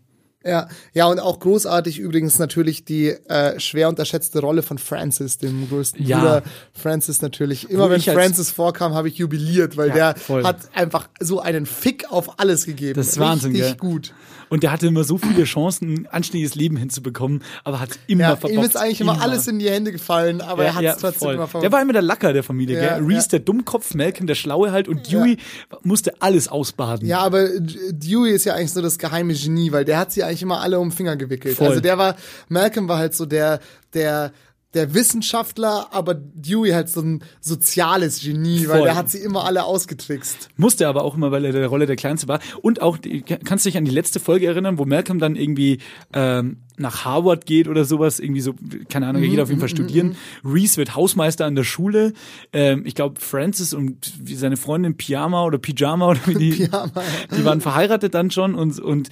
C: Ja, ja, und auch großartig übrigens natürlich die äh, schwer unterschätzte Rolle von Francis, dem größten
B: Ja.
C: Bruder. Francis natürlich. Immer
B: Wo
C: wenn
B: ich als-
C: Francis vorkam, habe ich jubiliert, weil der
B: voll.
C: hat einfach so einen Fick auf alles gegeben.
B: Das ist Wahnsinn,
C: Richtig
B: gell?
C: gut.
B: Und der hatte immer so viele Chancen, ein anständiges Leben hinzubekommen, aber hat immer
C: Ja,
B: verbockt.
C: ihm ist eigentlich immer, alles in die Hände gefallen, aber er hat es trotzdem
B: voll.
C: immer
B: Der
C: verbockt.
B: war immer der Lacker der Familie,
C: Ja,
B: gell? Reese
C: ja.
B: der Dummkopf, Malcolm der Schlaue halt und Dewey musste alles ausbaden.
C: Ja, aber D- Dewey ist ja eigentlich so das geheime Genie, weil der hat sie eigentlich immer alle um den Finger gewickelt.
B: Voll.
C: Also der war, Malcolm war halt so der, der der Wissenschaftler, aber Dewey halt so ein soziales Genie, weil
B: Voll.
C: der hat sie immer alle ausgetrickst.
B: Musste aber auch immer, weil er der Rolle der Kleinste war. Und auch, die- kannst du dich an die letzte Folge erinnern, wo Malcolm dann irgendwie ähm, nach Harvard geht oder sowas, irgendwie so, keine Ahnung, er
C: Mhm,
B: geht auf jeden Fall studieren. Reese wird Hausmeister an der Schule. Ähm, ich glaube, Francis und wie seine Freundin Pyjama oder Pyjama oder wie die, die waren verheiratet dann schon und, und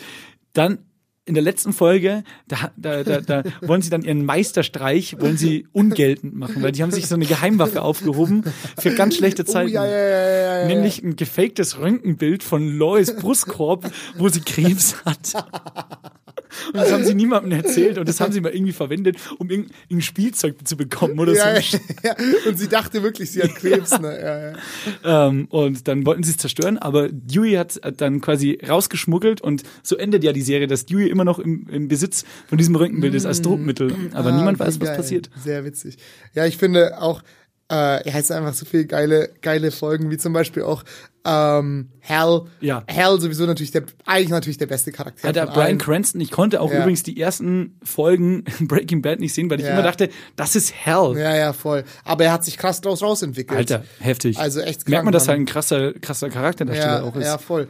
B: dann in der letzten Folge, da, da, da, da wollen sie dann ihren Meisterstreich, wollen sie ungeltend machen, weil die haben sich so eine Geheimwaffe aufgehoben für ganz schlechte
C: Oh,
B: Zeiten.
C: ja, ja, ja, ja, ja.
B: Nämlich ein gefaktes Röntgenbild von Lois Brustkorb, wo sie Krebs hat. Und das haben sie niemandem erzählt und das haben sie mal irgendwie verwendet, um irgend- irgendein Spielzeug zu bekommen oder
C: Ja,
B: so.
C: ja, ja. Und sie dachte wirklich, sie hat Krebs. Ne? Ja, ja.
B: Ähm, und dann wollten sie es zerstören, aber Dewey hat, hat dann quasi rausgeschmuggelt und so endet ja die Serie, dass Dewey immer noch im, im Besitz von diesem Röntgenbild ist als Druckmittel. Aber
C: Ah,
B: niemand
C: wie
B: weiß, was
C: geil.
B: passiert.
C: Sehr witzig. Ja, ich finde auch, äh, er hat einfach so viele geile, geile Folgen, wie zum Beispiel auch ähm, Hal.
B: Ja.
C: Hal sowieso natürlich der, eigentlich natürlich der beste Charakter.
B: Alter,
C: von
B: Brian
C: allen.
B: Cranston, ich konnte auch
C: Ja.
B: übrigens die ersten Folgen Breaking Bad nicht sehen, weil ich
C: Ja.
B: immer dachte, das ist Hell.
C: Ja, ja, voll. Aber er hat sich krass draus rausentwickelt.
B: Alter, heftig.
C: Also echt krank,
B: Merkt man, dass er
C: Mann.
B: ein krasser, krasser Charakterdarsteller
C: ja,
B: auch ist.
C: ja, voll.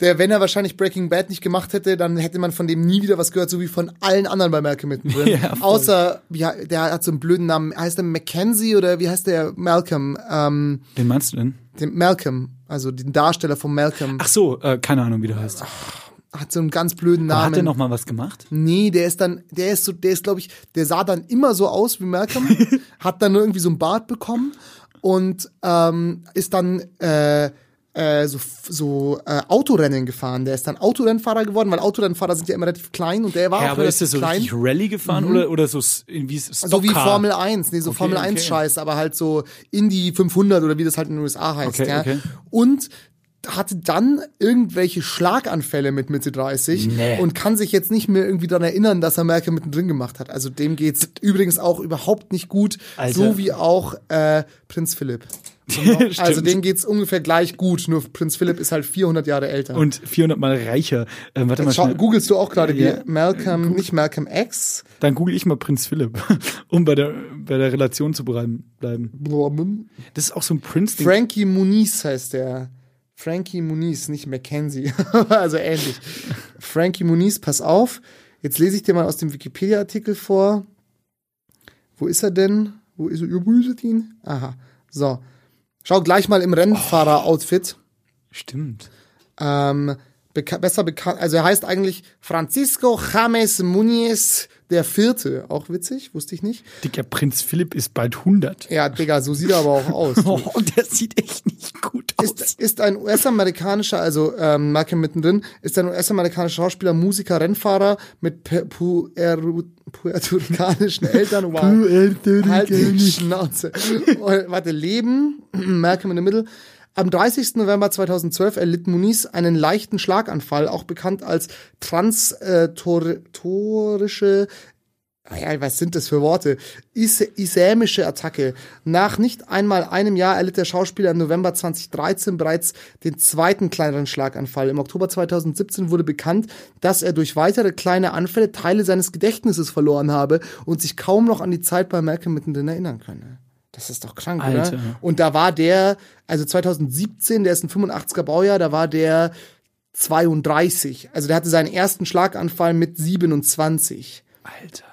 C: Der, wenn er wahrscheinlich Breaking Bad nicht gemacht hätte, dann hätte man von dem nie wieder was gehört, so wie von allen anderen bei Malcolm mittendrin.
B: Ja, voll.
C: Außer, ja, der hat so einen blöden Namen. Heißt der Mackenzie oder wie heißt der Malcolm? Ähm,
B: Wen meinst du denn?
C: den Malcolm, also den Darsteller von Malcolm,
B: Ach so, äh, keine Ahnung, wie du heißt.
C: hat so einen ganz blöden
B: Aber hat er
C: Namen.
B: noch mal was gemacht?
C: nee, der ist dann, der ist so, der ist, glaube ich, der sah dann immer so aus wie Malcolm, hat dann nur irgendwie so einen Bart bekommen und ähm, ist dann äh, äh, so, so äh, Autorennen gefahren. Der ist dann Autorennfahrer geworden, weil Autorennfahrer sind ja immer relativ klein und der war
B: Ja,
C: auch
B: aber ist
C: relativ
B: er so
C: klein.
B: richtig Rallye gefahren oder, oder so s- irgendwie Stockcar?
C: So wie Formel 1, nee, so Formel 1
B: okay.
C: Scheiß, aber halt so Indy 500 oder wie das halt in den USA heißt,
B: Okay,
C: ja.
B: okay.
C: Und hatte dann irgendwelche Schlaganfälle mit Mitte 30
B: Nee.
C: und kann sich jetzt nicht mehr irgendwie daran erinnern, dass er Merkel mittendrin gemacht hat. Also dem geht's übrigens auch überhaupt nicht gut,
B: Alter.
C: so wie auch äh, Prinz Philipp. Also
B: Stimmt.
C: dem geht's ungefähr gleich gut, nur Prinz Philipp ist halt 400 Jahre älter.
B: Und 400 mal reicher. Ähm, warte mal
C: Schau,
B: schnell.
C: googelst du auch gerade wie
B: Ja.
C: Malcolm, nicht Malcolm X,
B: Dann google ich mal Prinz Philipp, um bei der, bei der Relation zu bleiben. bleiben. Das ist auch so ein Prinz-Ding.
C: Frankie Muniz heißt der. Frankie Muniz, nicht Mackenzie. also ähnlich. Frankie Muniz, pass auf. Jetzt lese ich dir mal aus dem Wikipedia-Artikel vor. Wo ist er denn? Wo ist er? Ihr wusstet ihn? Aha. So. Schau gleich mal im Rennfahrer-Outfit.
B: Stimmt.
C: Ähm, beka besser bekannt. Also er heißt eigentlich Francisco James Muniz der Vierte. Auch witzig, wusste ich nicht.
B: Dicker Prinz Philipp ist bald 100.
C: Ja, Digga, so sieht er aber auch aus.
B: Oh, und der sieht echt nicht gut aus.
C: ist, ist ein US-amerikanischer, also ähm, Malcolm mittendrin, ist ein US-amerikanischer Schauspieler, Musiker, Rennfahrer mit pe- pueru- puerto-ricanischen Eltern. Wow. Halt die Schnauze. Und, warte, Leben, Malcolm in the Middle. Am 30. November 2012 erlitt Muniz einen leichten Schlaganfall, auch bekannt als transitorische ja, was sind das für Worte? Is isämische Attacke. Nach nicht einmal einem Jahr erlitt der Schauspieler im November 2013 bereits den zweiten kleineren Schlaganfall. Im Oktober 2017 wurde bekannt, dass er durch weitere kleine Anfälle Teile seines Gedächtnisses verloren habe und sich kaum noch an die Zeit bei Malcolm mittendrin erinnern könne. Das ist doch krank,
B: Alter.
C: oder? Und da war der, also 2017, der ist ein 85er Baujahr, da war der 32. Also der hatte seinen ersten Schlaganfall mit 27
B: Alter.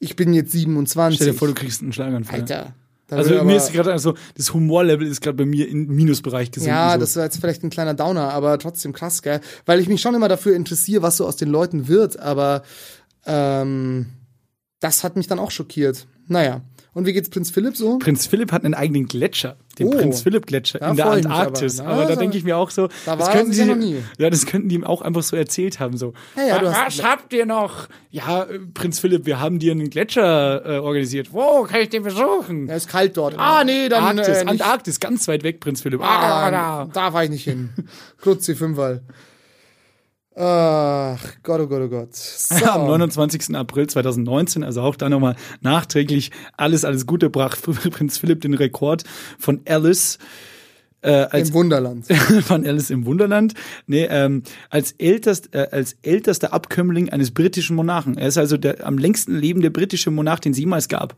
C: ich bin jetzt 27.
B: Stell dir vor, du kriegst einen Schlaganfall.
C: Alter. Da
B: Also
C: wird
B: mir
C: aber-
B: ist gerade also das Humorlevel ist gerade bei mir im Minusbereich gesunken.
C: ja,
B: so.
C: das war jetzt vielleicht ein kleiner Downer, aber trotzdem krass, gell? Weil ich mich schon immer dafür interessiere, was so aus den Leuten wird, aber ähm, das hat mich dann auch schockiert. Naja. Und wie geht's Prinz Philipp so?
B: Prinz Philipp hat einen eigenen Gletscher, den
C: Oh.
B: Prinz Philipp Gletscher
C: Da
B: in der
C: freu ich mich
B: Antarktis.
C: aber.
B: Aber,
C: Na,
B: da
C: also,
B: denke ich mir auch so,
C: da
B: das
C: war
B: könnten
C: sie ja
B: die,
C: noch nie.
B: ja, das könnten die ihm auch einfach so erzählt haben so.
C: Ja, ja, du
B: was
C: hast-
B: habt ihr noch? Ja, äh, Prinz Philipp, wir haben dir einen Gletscher äh, organisiert. Wo kann ich den besuchen?
C: Er ist kalt dort.
B: Ah,
C: Ah, nee, dann
B: Arktis,
C: äh, nicht.
B: Antarktis, ganz weit weg, Prinz Philipp. Ah,
C: Ah,
B: da.
C: da war ich nicht hin. Kruzi Fünfmal. Ach, Gott, oh Gott, oh Gott. So.
B: Am 29. April 2019, also auch da nochmal nachträglich alles, alles Gute brach Prinz Philipp den Rekord von Alice äh, als
C: Im Wunderland.
B: von Alice im Wunderland. Nee, ähm, als, ältest, äh, als ältester Abkömmling eines britischen Monarchen. Er ist also der am längsten lebende britische Monarch, den es jemals gab.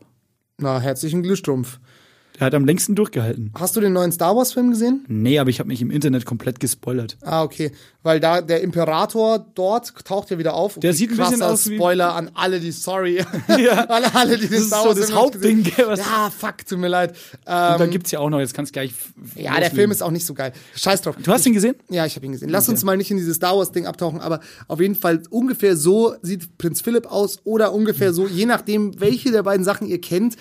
C: Na, herzlichen Glühstrumpf.
B: Der hat am längsten durchgehalten.
C: Hast du den neuen Star Wars Film gesehen?
B: Nee, aber ich habe mich im Internet komplett gespoilert.
C: Ah, okay. Weil da der Imperator dort taucht ja wieder auf.
B: Der sieht ein
C: krasser
B: bisschen aus wie-
C: Spoiler an alle, die sorry.
B: Ja.
C: an alle, die
B: Das
C: den
B: ist
C: Star
B: so
C: Wars
B: das
C: Film noch gesehen-
B: Hauptding, gell, was-
C: Ja, fuck, tut mir leid. Ähm,
B: Und da gibt's ja auch noch, jetzt kannst gleich.
C: ja, der Film ist auch nicht so geil. Scheiß drauf.
B: Du hast ihn gesehen?
C: Ja, ich habe ihn gesehen. Lass uns mal nicht in dieses Star Wars Ding abtauchen, aber auf jeden Fall ungefähr so sieht Prinz Philipp aus oder ungefähr so, je nachdem, welche der beiden Sachen ihr kennt,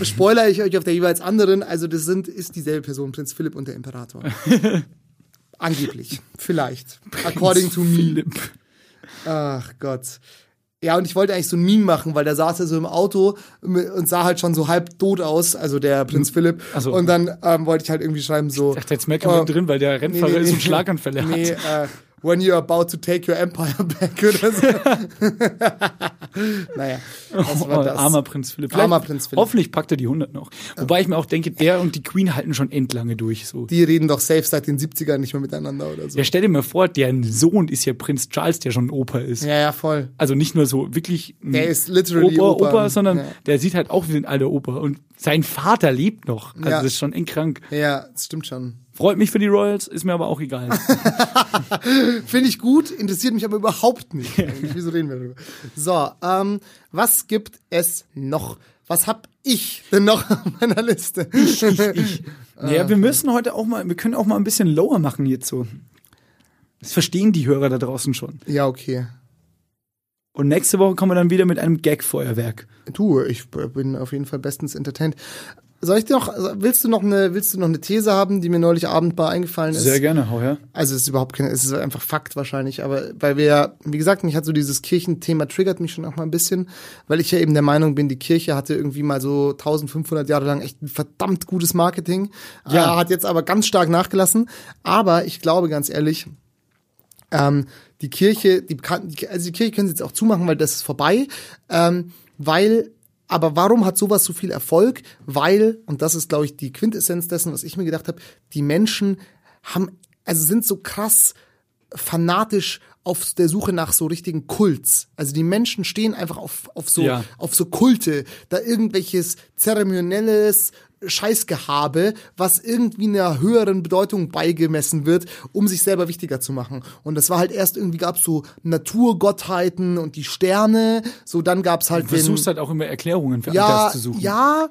C: spoilere ich euch auf der jeweils anderen. Also das sind ist dieselbe Person, Prinz Philipp und der Imperator. Angeblich, vielleicht. According to me.
B: Philipp.
C: Ach Gott. Ja, und ich wollte eigentlich so ein Meme machen, weil da saß er so im Auto und sah halt schon so halb tot aus, also der Prinz Philipp.
B: Hm. Ach so.
C: Und dann ähm, wollte ich halt irgendwie schreiben so.
B: Ach, jetzt merkt man
C: äh,
B: drin, weil der Rennfahrer ist und Schlaganfälle hat.
C: Nee, äh, when you're about to take your empire back oder so. naja, das war
B: Oh,
C: das.
B: Armer Prinz Philipp.
C: Armer Prinz Philipp.
B: Hoffentlich packt er die 100 noch. Wobei ich mir auch denke, der und die Queen halten schon endlange durch. So.
C: Die reden doch safe seit den 70ern nicht mehr miteinander oder so.
B: Ja, stell dir mal vor, deren Sohn ist ja Prinz Charles, der schon Opa ist.
C: Ja, ja, voll.
B: Also nicht nur so wirklich ein
C: Der ist literally
B: Opa,
C: Opa.
B: Opa, sondern
C: Ja.
B: der sieht halt auch wie ein alter Opa. Und sein Vater lebt noch. Also
C: Ja.
B: das ist schon eng krank.
C: Ja, das stimmt schon.
B: Freut mich für die Royals, ist mir aber auch egal.
C: Finde ich gut, interessiert mich aber überhaupt nicht. eigentlich. Wieso reden wir darüber? So, ähm, was gibt es noch? Was hab ich denn noch auf meiner Liste?
B: naja, wir müssen heute auch mal, wir können auch mal ein bisschen lower machen jetzt so. Das verstehen die Hörer da draußen schon.
C: Ja, okay.
B: Und nächste Woche kommen wir dann wieder mit einem Gag-Feuerwerk.
C: Du, ich b- bin auf jeden Fall bestens entertained. Soll ich dir noch, also willst du noch eine, willst du noch eine These haben, die mir neulich Abend mal eingefallen ist?
B: Sehr gerne, hau her.
C: Also es ist überhaupt keine, es ist einfach Fakt wahrscheinlich, aber weil wir ja, wie gesagt, mich hat so dieses Kirchenthema triggert mich schon auch mal ein bisschen, weil ich ja eben der Meinung bin, die Kirche hatte irgendwie mal so 1500 Jahre lang echt ein verdammt gutes Marketing,
B: Ja.
C: ja. äh, hat jetzt aber ganz stark nachgelassen, aber ich glaube ganz ehrlich, ähm, die Kirche, die bekannten, die- also die Kirche können sie jetzt auch zumachen, weil das ist vorbei, ähm, weil aber warum hat sowas so viel Erfolg? Weil, und das ist, glaube ich, die Quintessenz dessen, was ich mir gedacht habe, die Menschen haben, also sind so krass fanatisch auf der Suche nach so richtigen Kults. Also die Menschen stehen einfach auf, auf so
B: Ja.
C: auf so Kulte, da irgendwelches zeremonielles Scheißgehabe, was irgendwie einer höheren Bedeutung beigemessen wird, um sich selber wichtiger zu machen. Und das war halt erst irgendwie gab's so Naturgottheiten und die Sterne, so dann gab's halt
B: Du
C: den
B: versuchst halt auch immer Erklärungen für all
C: ja,
B: das zu suchen.
C: ja,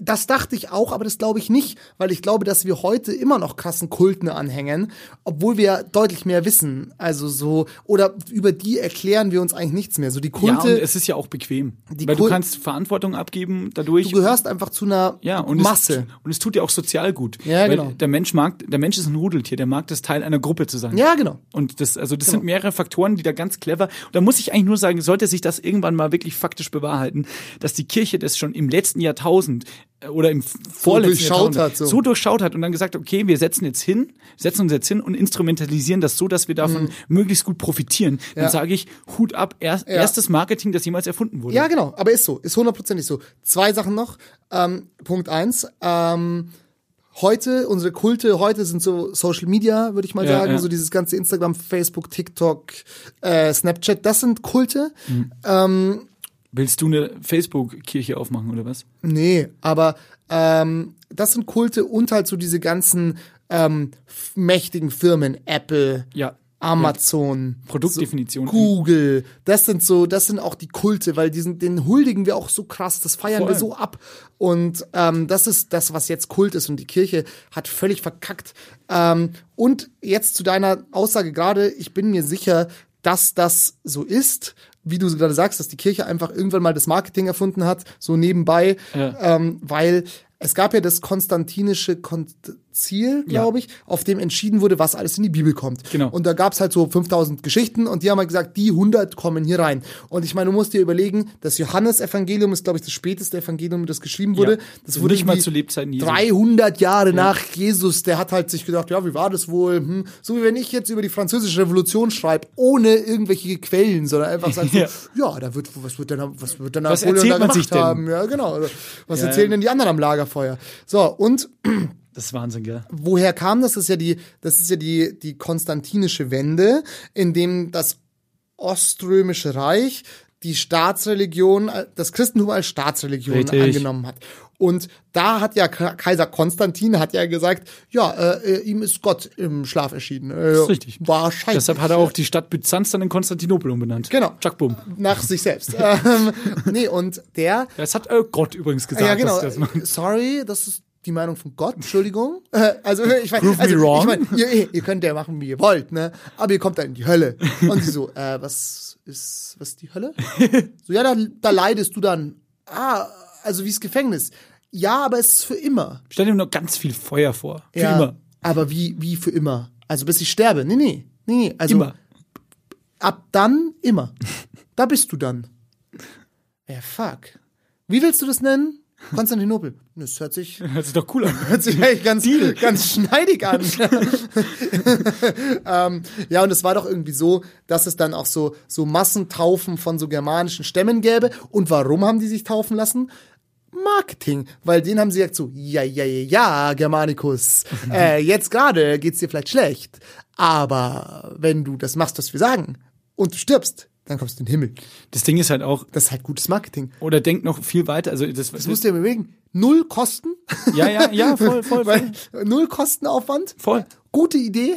C: das dachte ich auch, aber das glaube ich nicht, weil ich glaube, dass wir heute immer noch krassen Kulten anhängen, obwohl wir deutlich mehr wissen. Also so, oder über die erklären wir uns eigentlich nichts mehr. So die
B: Ja, und
C: Kulte,
B: es ist ja auch bequem.
C: Die
B: Weil du
C: Kul-
B: kannst Verantwortung abgeben dadurch.
C: du gehörst einfach zu einer
B: ja, und
C: Masse.
B: Es, und es tut ja auch sozial gut.
C: Ja,
B: weil
C: genau.
B: Der Mensch mag, der Mensch ist ein Rudeltier, der mag das Teil einer Gruppe zu sein.
C: ja, genau.
B: Und das, also das sind mehrere Faktoren, die da ganz clever. Und da muss ich eigentlich nur sagen, sollte sich das irgendwann mal wirklich faktisch bewahrheiten, dass die Kirche das schon im letzten Jahrtausend äh, oder im vorletzten
C: durchschaut
B: Jahrtausend
C: hat, so.
B: so durchschaut hat und dann gesagt, okay, wir setzen jetzt hin, setzen uns jetzt hin und instrumentalisieren das so, dass wir davon möglichst gut profitieren. Dann
C: Mhm. Ja.
B: sage ich, Hut ab, erst, erstes Marketing, das jemals erfunden wurde.
C: Ja, genau, aber ist so, ist hundertprozentig so. Zwei Sachen noch. Ähm, Punkt eins, ähm, heute, unsere Kulte heute sind so Social Media, würde ich mal
B: Ja,
C: sagen,
B: ja.
C: so dieses ganze Instagram, Facebook, TikTok, äh, Snapchat, das sind Kulte.
B: Mhm.
C: Ähm,
B: Willst du eine Facebook-Kirche aufmachen oder was?
C: Nee, aber ähm, das sind Kulte und halt so diese ganzen ähm, f- mächtigen Firmen, Apple,
B: Ja.
C: Amazon,
B: Produktdefinition.
C: Google. Das sind so, das sind auch die Kulte, weil diesen, den huldigen wir auch so krass, das feiern
B: Voll.
C: wir so ab. Und ähm, das ist das, was jetzt Kult ist und die Kirche hat völlig verkackt. Ähm, und jetzt zu deiner Aussage gerade, ich bin mir sicher, dass das so ist, wie du gerade sagst, dass die Kirche einfach irgendwann mal das Marketing erfunden hat, so nebenbei,
B: Ja.
C: ähm, weil es gab ja das konstantinische Konzil,
B: Ja.
C: glaube ich, auf dem entschieden wurde, was alles in die Bibel kommt.
B: Genau.
C: Und da gab's halt so 5000 Geschichten und die haben halt gesagt, die 100 kommen hier rein. Und ich meine, du musst dir überlegen, das Johannesevangelium ist, glaube ich, das späteste Evangelium, das geschrieben wurde.
B: Ja. Also
C: Das wurde
B: Nicht mal
C: irgendwie
B: zu Lebzeiten Jesu.
C: 300 Jahre nach Jesus, der hat halt sich gedacht, ja, wie war das wohl? Hm. So wie wenn ich jetzt über die französische Revolution schreibe, ohne irgendwelche Quellen, sondern einfach sagst,
B: Ja.
C: ja. ja, da wird, was wird denn, was wird denn
B: Was
C: Napoleon
B: erzählt
C: da
B: man
C: gemacht
B: sich denn?
C: haben? Ja, genau. Oder Was erzählen denn die anderen am Lagerfeuer? So, und
B: Das ist Wahnsinn, gell?
C: woher kam das? Das ist ja die, das ist ja die, die konstantinische Wende, in dem das Oströmische Reich die Staatsreligion, das Christentum als Staatsreligion
B: Richtig.
C: angenommen hat. Und da hat ja K- Kaiser Konstantin hat ja gesagt, ja, äh, äh, ihm ist Gott im Schlaf erschienen. Äh,
B: ist richtig.
C: Wahrscheinlich.
B: Deshalb hat er auch die Stadt Byzanz dann in Konstantinopel umbenannt.
C: Genau.
B: Tschakbum.
C: nach sich selbst. ähm, nee, und der
B: Das hat äh, Gott übrigens gesagt.
C: ja, genau.
B: dass das macht.
C: Sorry, das ist die Meinung von Gott, Entschuldigung. Äh, Also ich weiß,
B: Prove me
C: also,
B: wrong.
C: ich mein, ihr, ihr könnt ja machen, wie ihr wollt, ne? Aber ihr kommt da in die Hölle. Und sie so, äh, was ist, was ist die Hölle? So, ja, da, da leidest du dann. Ah, also wie's Gefängnis. Ja, aber es ist für immer.
B: Stell dir nur ganz viel Feuer vor. Für
C: ja,
B: immer.
C: Aber wie, wie für immer? Also bis ich sterbe. Nee, nee. Nee, nee. Also
B: Immer.
C: ab dann immer. Da bist du dann. Ja, fuck. Wie willst du das nennen? Konstantinopel. Das hört sich,
B: Hört sich doch cool an.
C: hört sich eigentlich ganz, ganz schneidig an. ähm, ja, und es war doch irgendwie so, dass es dann auch so, so Massentaufen von so germanischen Stämmen gäbe. Und warum haben die sich taufen lassen? Marketing, weil denen haben sie gesagt so, ja, ja, ja, ja, Germanicus, äh, jetzt gerade geht's dir vielleicht schlecht, aber wenn du das machst, was wir sagen, und du stirbst, dann kommst du in den Himmel.
B: Das Ding ist halt auch,
C: Das ist halt gutes Marketing.
B: oder denkt noch viel weiter. Also das,
C: Das musst du dir überlegen. Null Kosten,
B: ja, ja, ja, voll, voll, voll.
C: weil null Kostenaufwand,
B: voll.
C: gute Idee,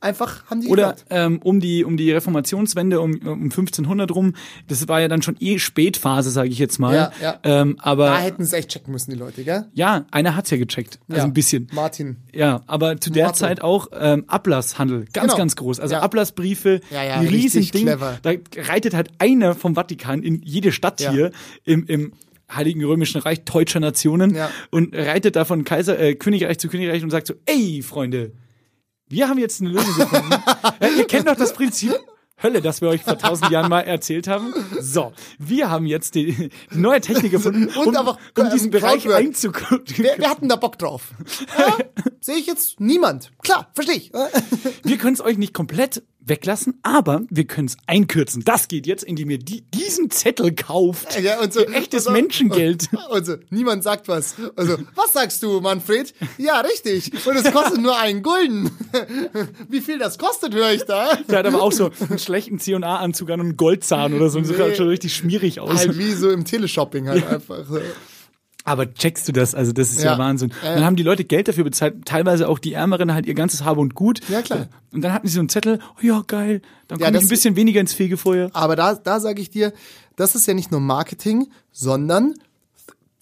C: einfach haben die
B: Oder
C: gemacht.
B: ähm, um die um die Reformationswende um, um 1500 rum, das war ja dann schon eh Spätphase, sage ich jetzt mal.
C: Ja, ja.
B: Ähm,
C: Da
B: aber
C: hätten sie echt checken müssen, die Leute, gell?
B: ja, einer hat's ja gecheckt, also
C: Ja.
B: ein bisschen.
C: Martin.
B: Ja, aber zu der
C: Marco.
B: Zeit auch ähm, Ablasshandel, ganz,
C: Genau.
B: ganz groß. Also
C: Ja.
B: Ablassbriefe,
C: Ja, ja,
B: ein riesen
C: richtig
B: Ding.
C: clever.
B: Da reitet halt einer vom Vatikan in jede Stadt
C: Ja.
B: hier im, im Heiligen Römischen Reich deutscher Nationen
C: Ja.
B: und reitet da von Kaiser, äh, Königreich zu Königreich und sagt so, ey, Freunde, wir haben jetzt eine Lösung gefunden. ja, ihr kennt doch das Prinzip. Hölle, das wir euch vor tausend Jahren mal erzählt haben. So, wir haben jetzt die, die neue Technik gefunden,
C: Und
B: um,
C: einfach,
B: um
C: ähm,
B: diesen Bereich
C: Crowdwork.
B: einzukommen.
C: Wer, wer hat denn da Bock drauf? ja, Sehe ich jetzt niemand. Klar, verstehe ich.
B: Wir können es euch nicht komplett weglassen, aber wir können es einkürzen. Das geht jetzt, indem ihr die, diesen Zettel kauft.
C: Ja, und so,
B: Echtes
C: und so-
B: Menschengeld.
C: Und so, niemand sagt was. Also, was sagst du, Manfred? Ja, richtig. Und es kostet nur einen Gulden. Wie viel das kostet, höre ich da.
B: Der hat aber auch so einen schlechten C&A-Anzug an und einen Goldzahn oder so. Und sieht
C: Nee.
B: halt schon richtig schmierig aus.
C: Halt wie so im Teleshopping halt einfach.
B: Aber checkst du das? Also das ist ja,
C: Ja.
B: Wahnsinn.
C: Ja, ja.
B: Dann haben die Leute Geld dafür bezahlt. Teilweise auch die Ärmeren halt ihr ganzes Habe und Gut.
C: Ja, klar.
B: Und dann hatten sie so einen Zettel. Oh ja, geil. Dann
C: Ja,
B: komme ich ein
C: das-
B: bisschen weniger ins Fegefeuer.
C: Aber da, da sage ich dir, das ist ja nicht nur Marketing, sondern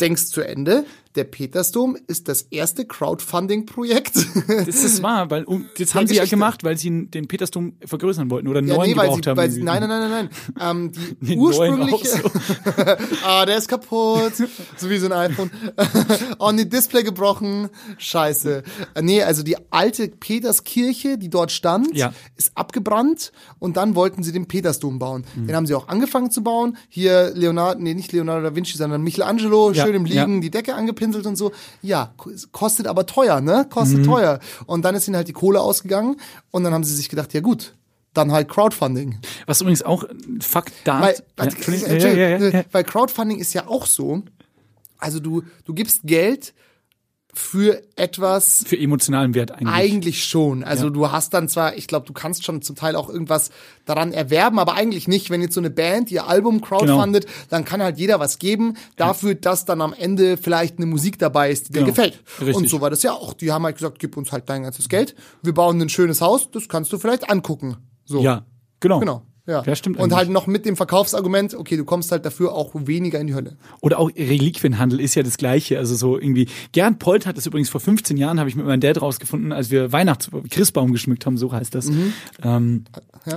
C: denkst zu Ende. Der Petersdom ist das erste Crowdfunding-Projekt.
B: Das ist wahr, weil um, das haben sie ja
C: Geschichte.
B: gemacht, weil sie den Petersdom vergrößern wollten oder einen
C: Ja,
B: neuen
C: nee, weil
B: gebraucht
C: sie,
B: haben.
C: weil sie,
B: irgendwie.
C: nein, nein, nein, nein, nein. Ähm, die
B: Den neuen auch
C: ursprüngliche.
B: so.
C: ah, der ist kaputt. So wie so ein iPhone. On die Display gebrochen. Scheiße. Äh, Nee, also die alte Peterskirche, die dort stand,
B: Ja.
C: ist abgebrannt und dann wollten sie den Petersdom bauen.
B: Hm.
C: Den haben sie auch angefangen zu bauen. Hier Leonardo, nee, nicht Leonardo da Vinci, sondern Michelangelo,
B: Ja,
C: schön im Liegen,
B: ja.
C: die Decke angepinselt und so. Ja, ko- kostet aber teuer, ne?
B: Mhm.
C: Kostet teuer. Und dann ist ihnen halt die Kohle ausgegangen und dann haben sie sich gedacht, ja gut, dann halt Crowdfunding.
B: Was übrigens auch Fakt da.
C: Weil, also, äh,
B: ja,
C: warte,
B: Entschuldigung. ja,
C: Entschuldigung,
B: ja, ja, ja.
C: weil Crowdfunding ist ja auch so. Also du, du gibst Geld für etwas,
B: Für emotionalen Wert eigentlich.
C: eigentlich schon. Also du hast dann zwar, ich glaube, du kannst schon zum Teil auch irgendwas daran erwerben, aber eigentlich nicht. Wenn jetzt so eine Band ihr Album
B: Genau.
C: crowdfundet, dann kann halt jeder was geben dafür, dass dann am Ende vielleicht eine Musik dabei ist, die dir
B: Genau.
C: gefällt.
B: Richtig.
C: Und so war das ja auch. Die haben halt gesagt, gib uns halt dein ganzes Geld. Wir bauen ein schönes Haus, das kannst du vielleicht angucken. So.
B: ja, genau.
C: Genau. Ja.
B: Ja, stimmt
C: Und
B: eigentlich.
C: halt noch mit dem Verkaufsargument, okay, du kommst halt dafür auch weniger in die Hölle.
B: Oder auch Reliquienhandel ist ja das Gleiche. Also so irgendwie. Gerd Polt hat das übrigens vor 15 Jahren, habe ich mit meinem Dad rausgefunden, als wir Weihnachts Christbaum geschmückt haben, so heißt das.
C: Mhm.
B: Ähm,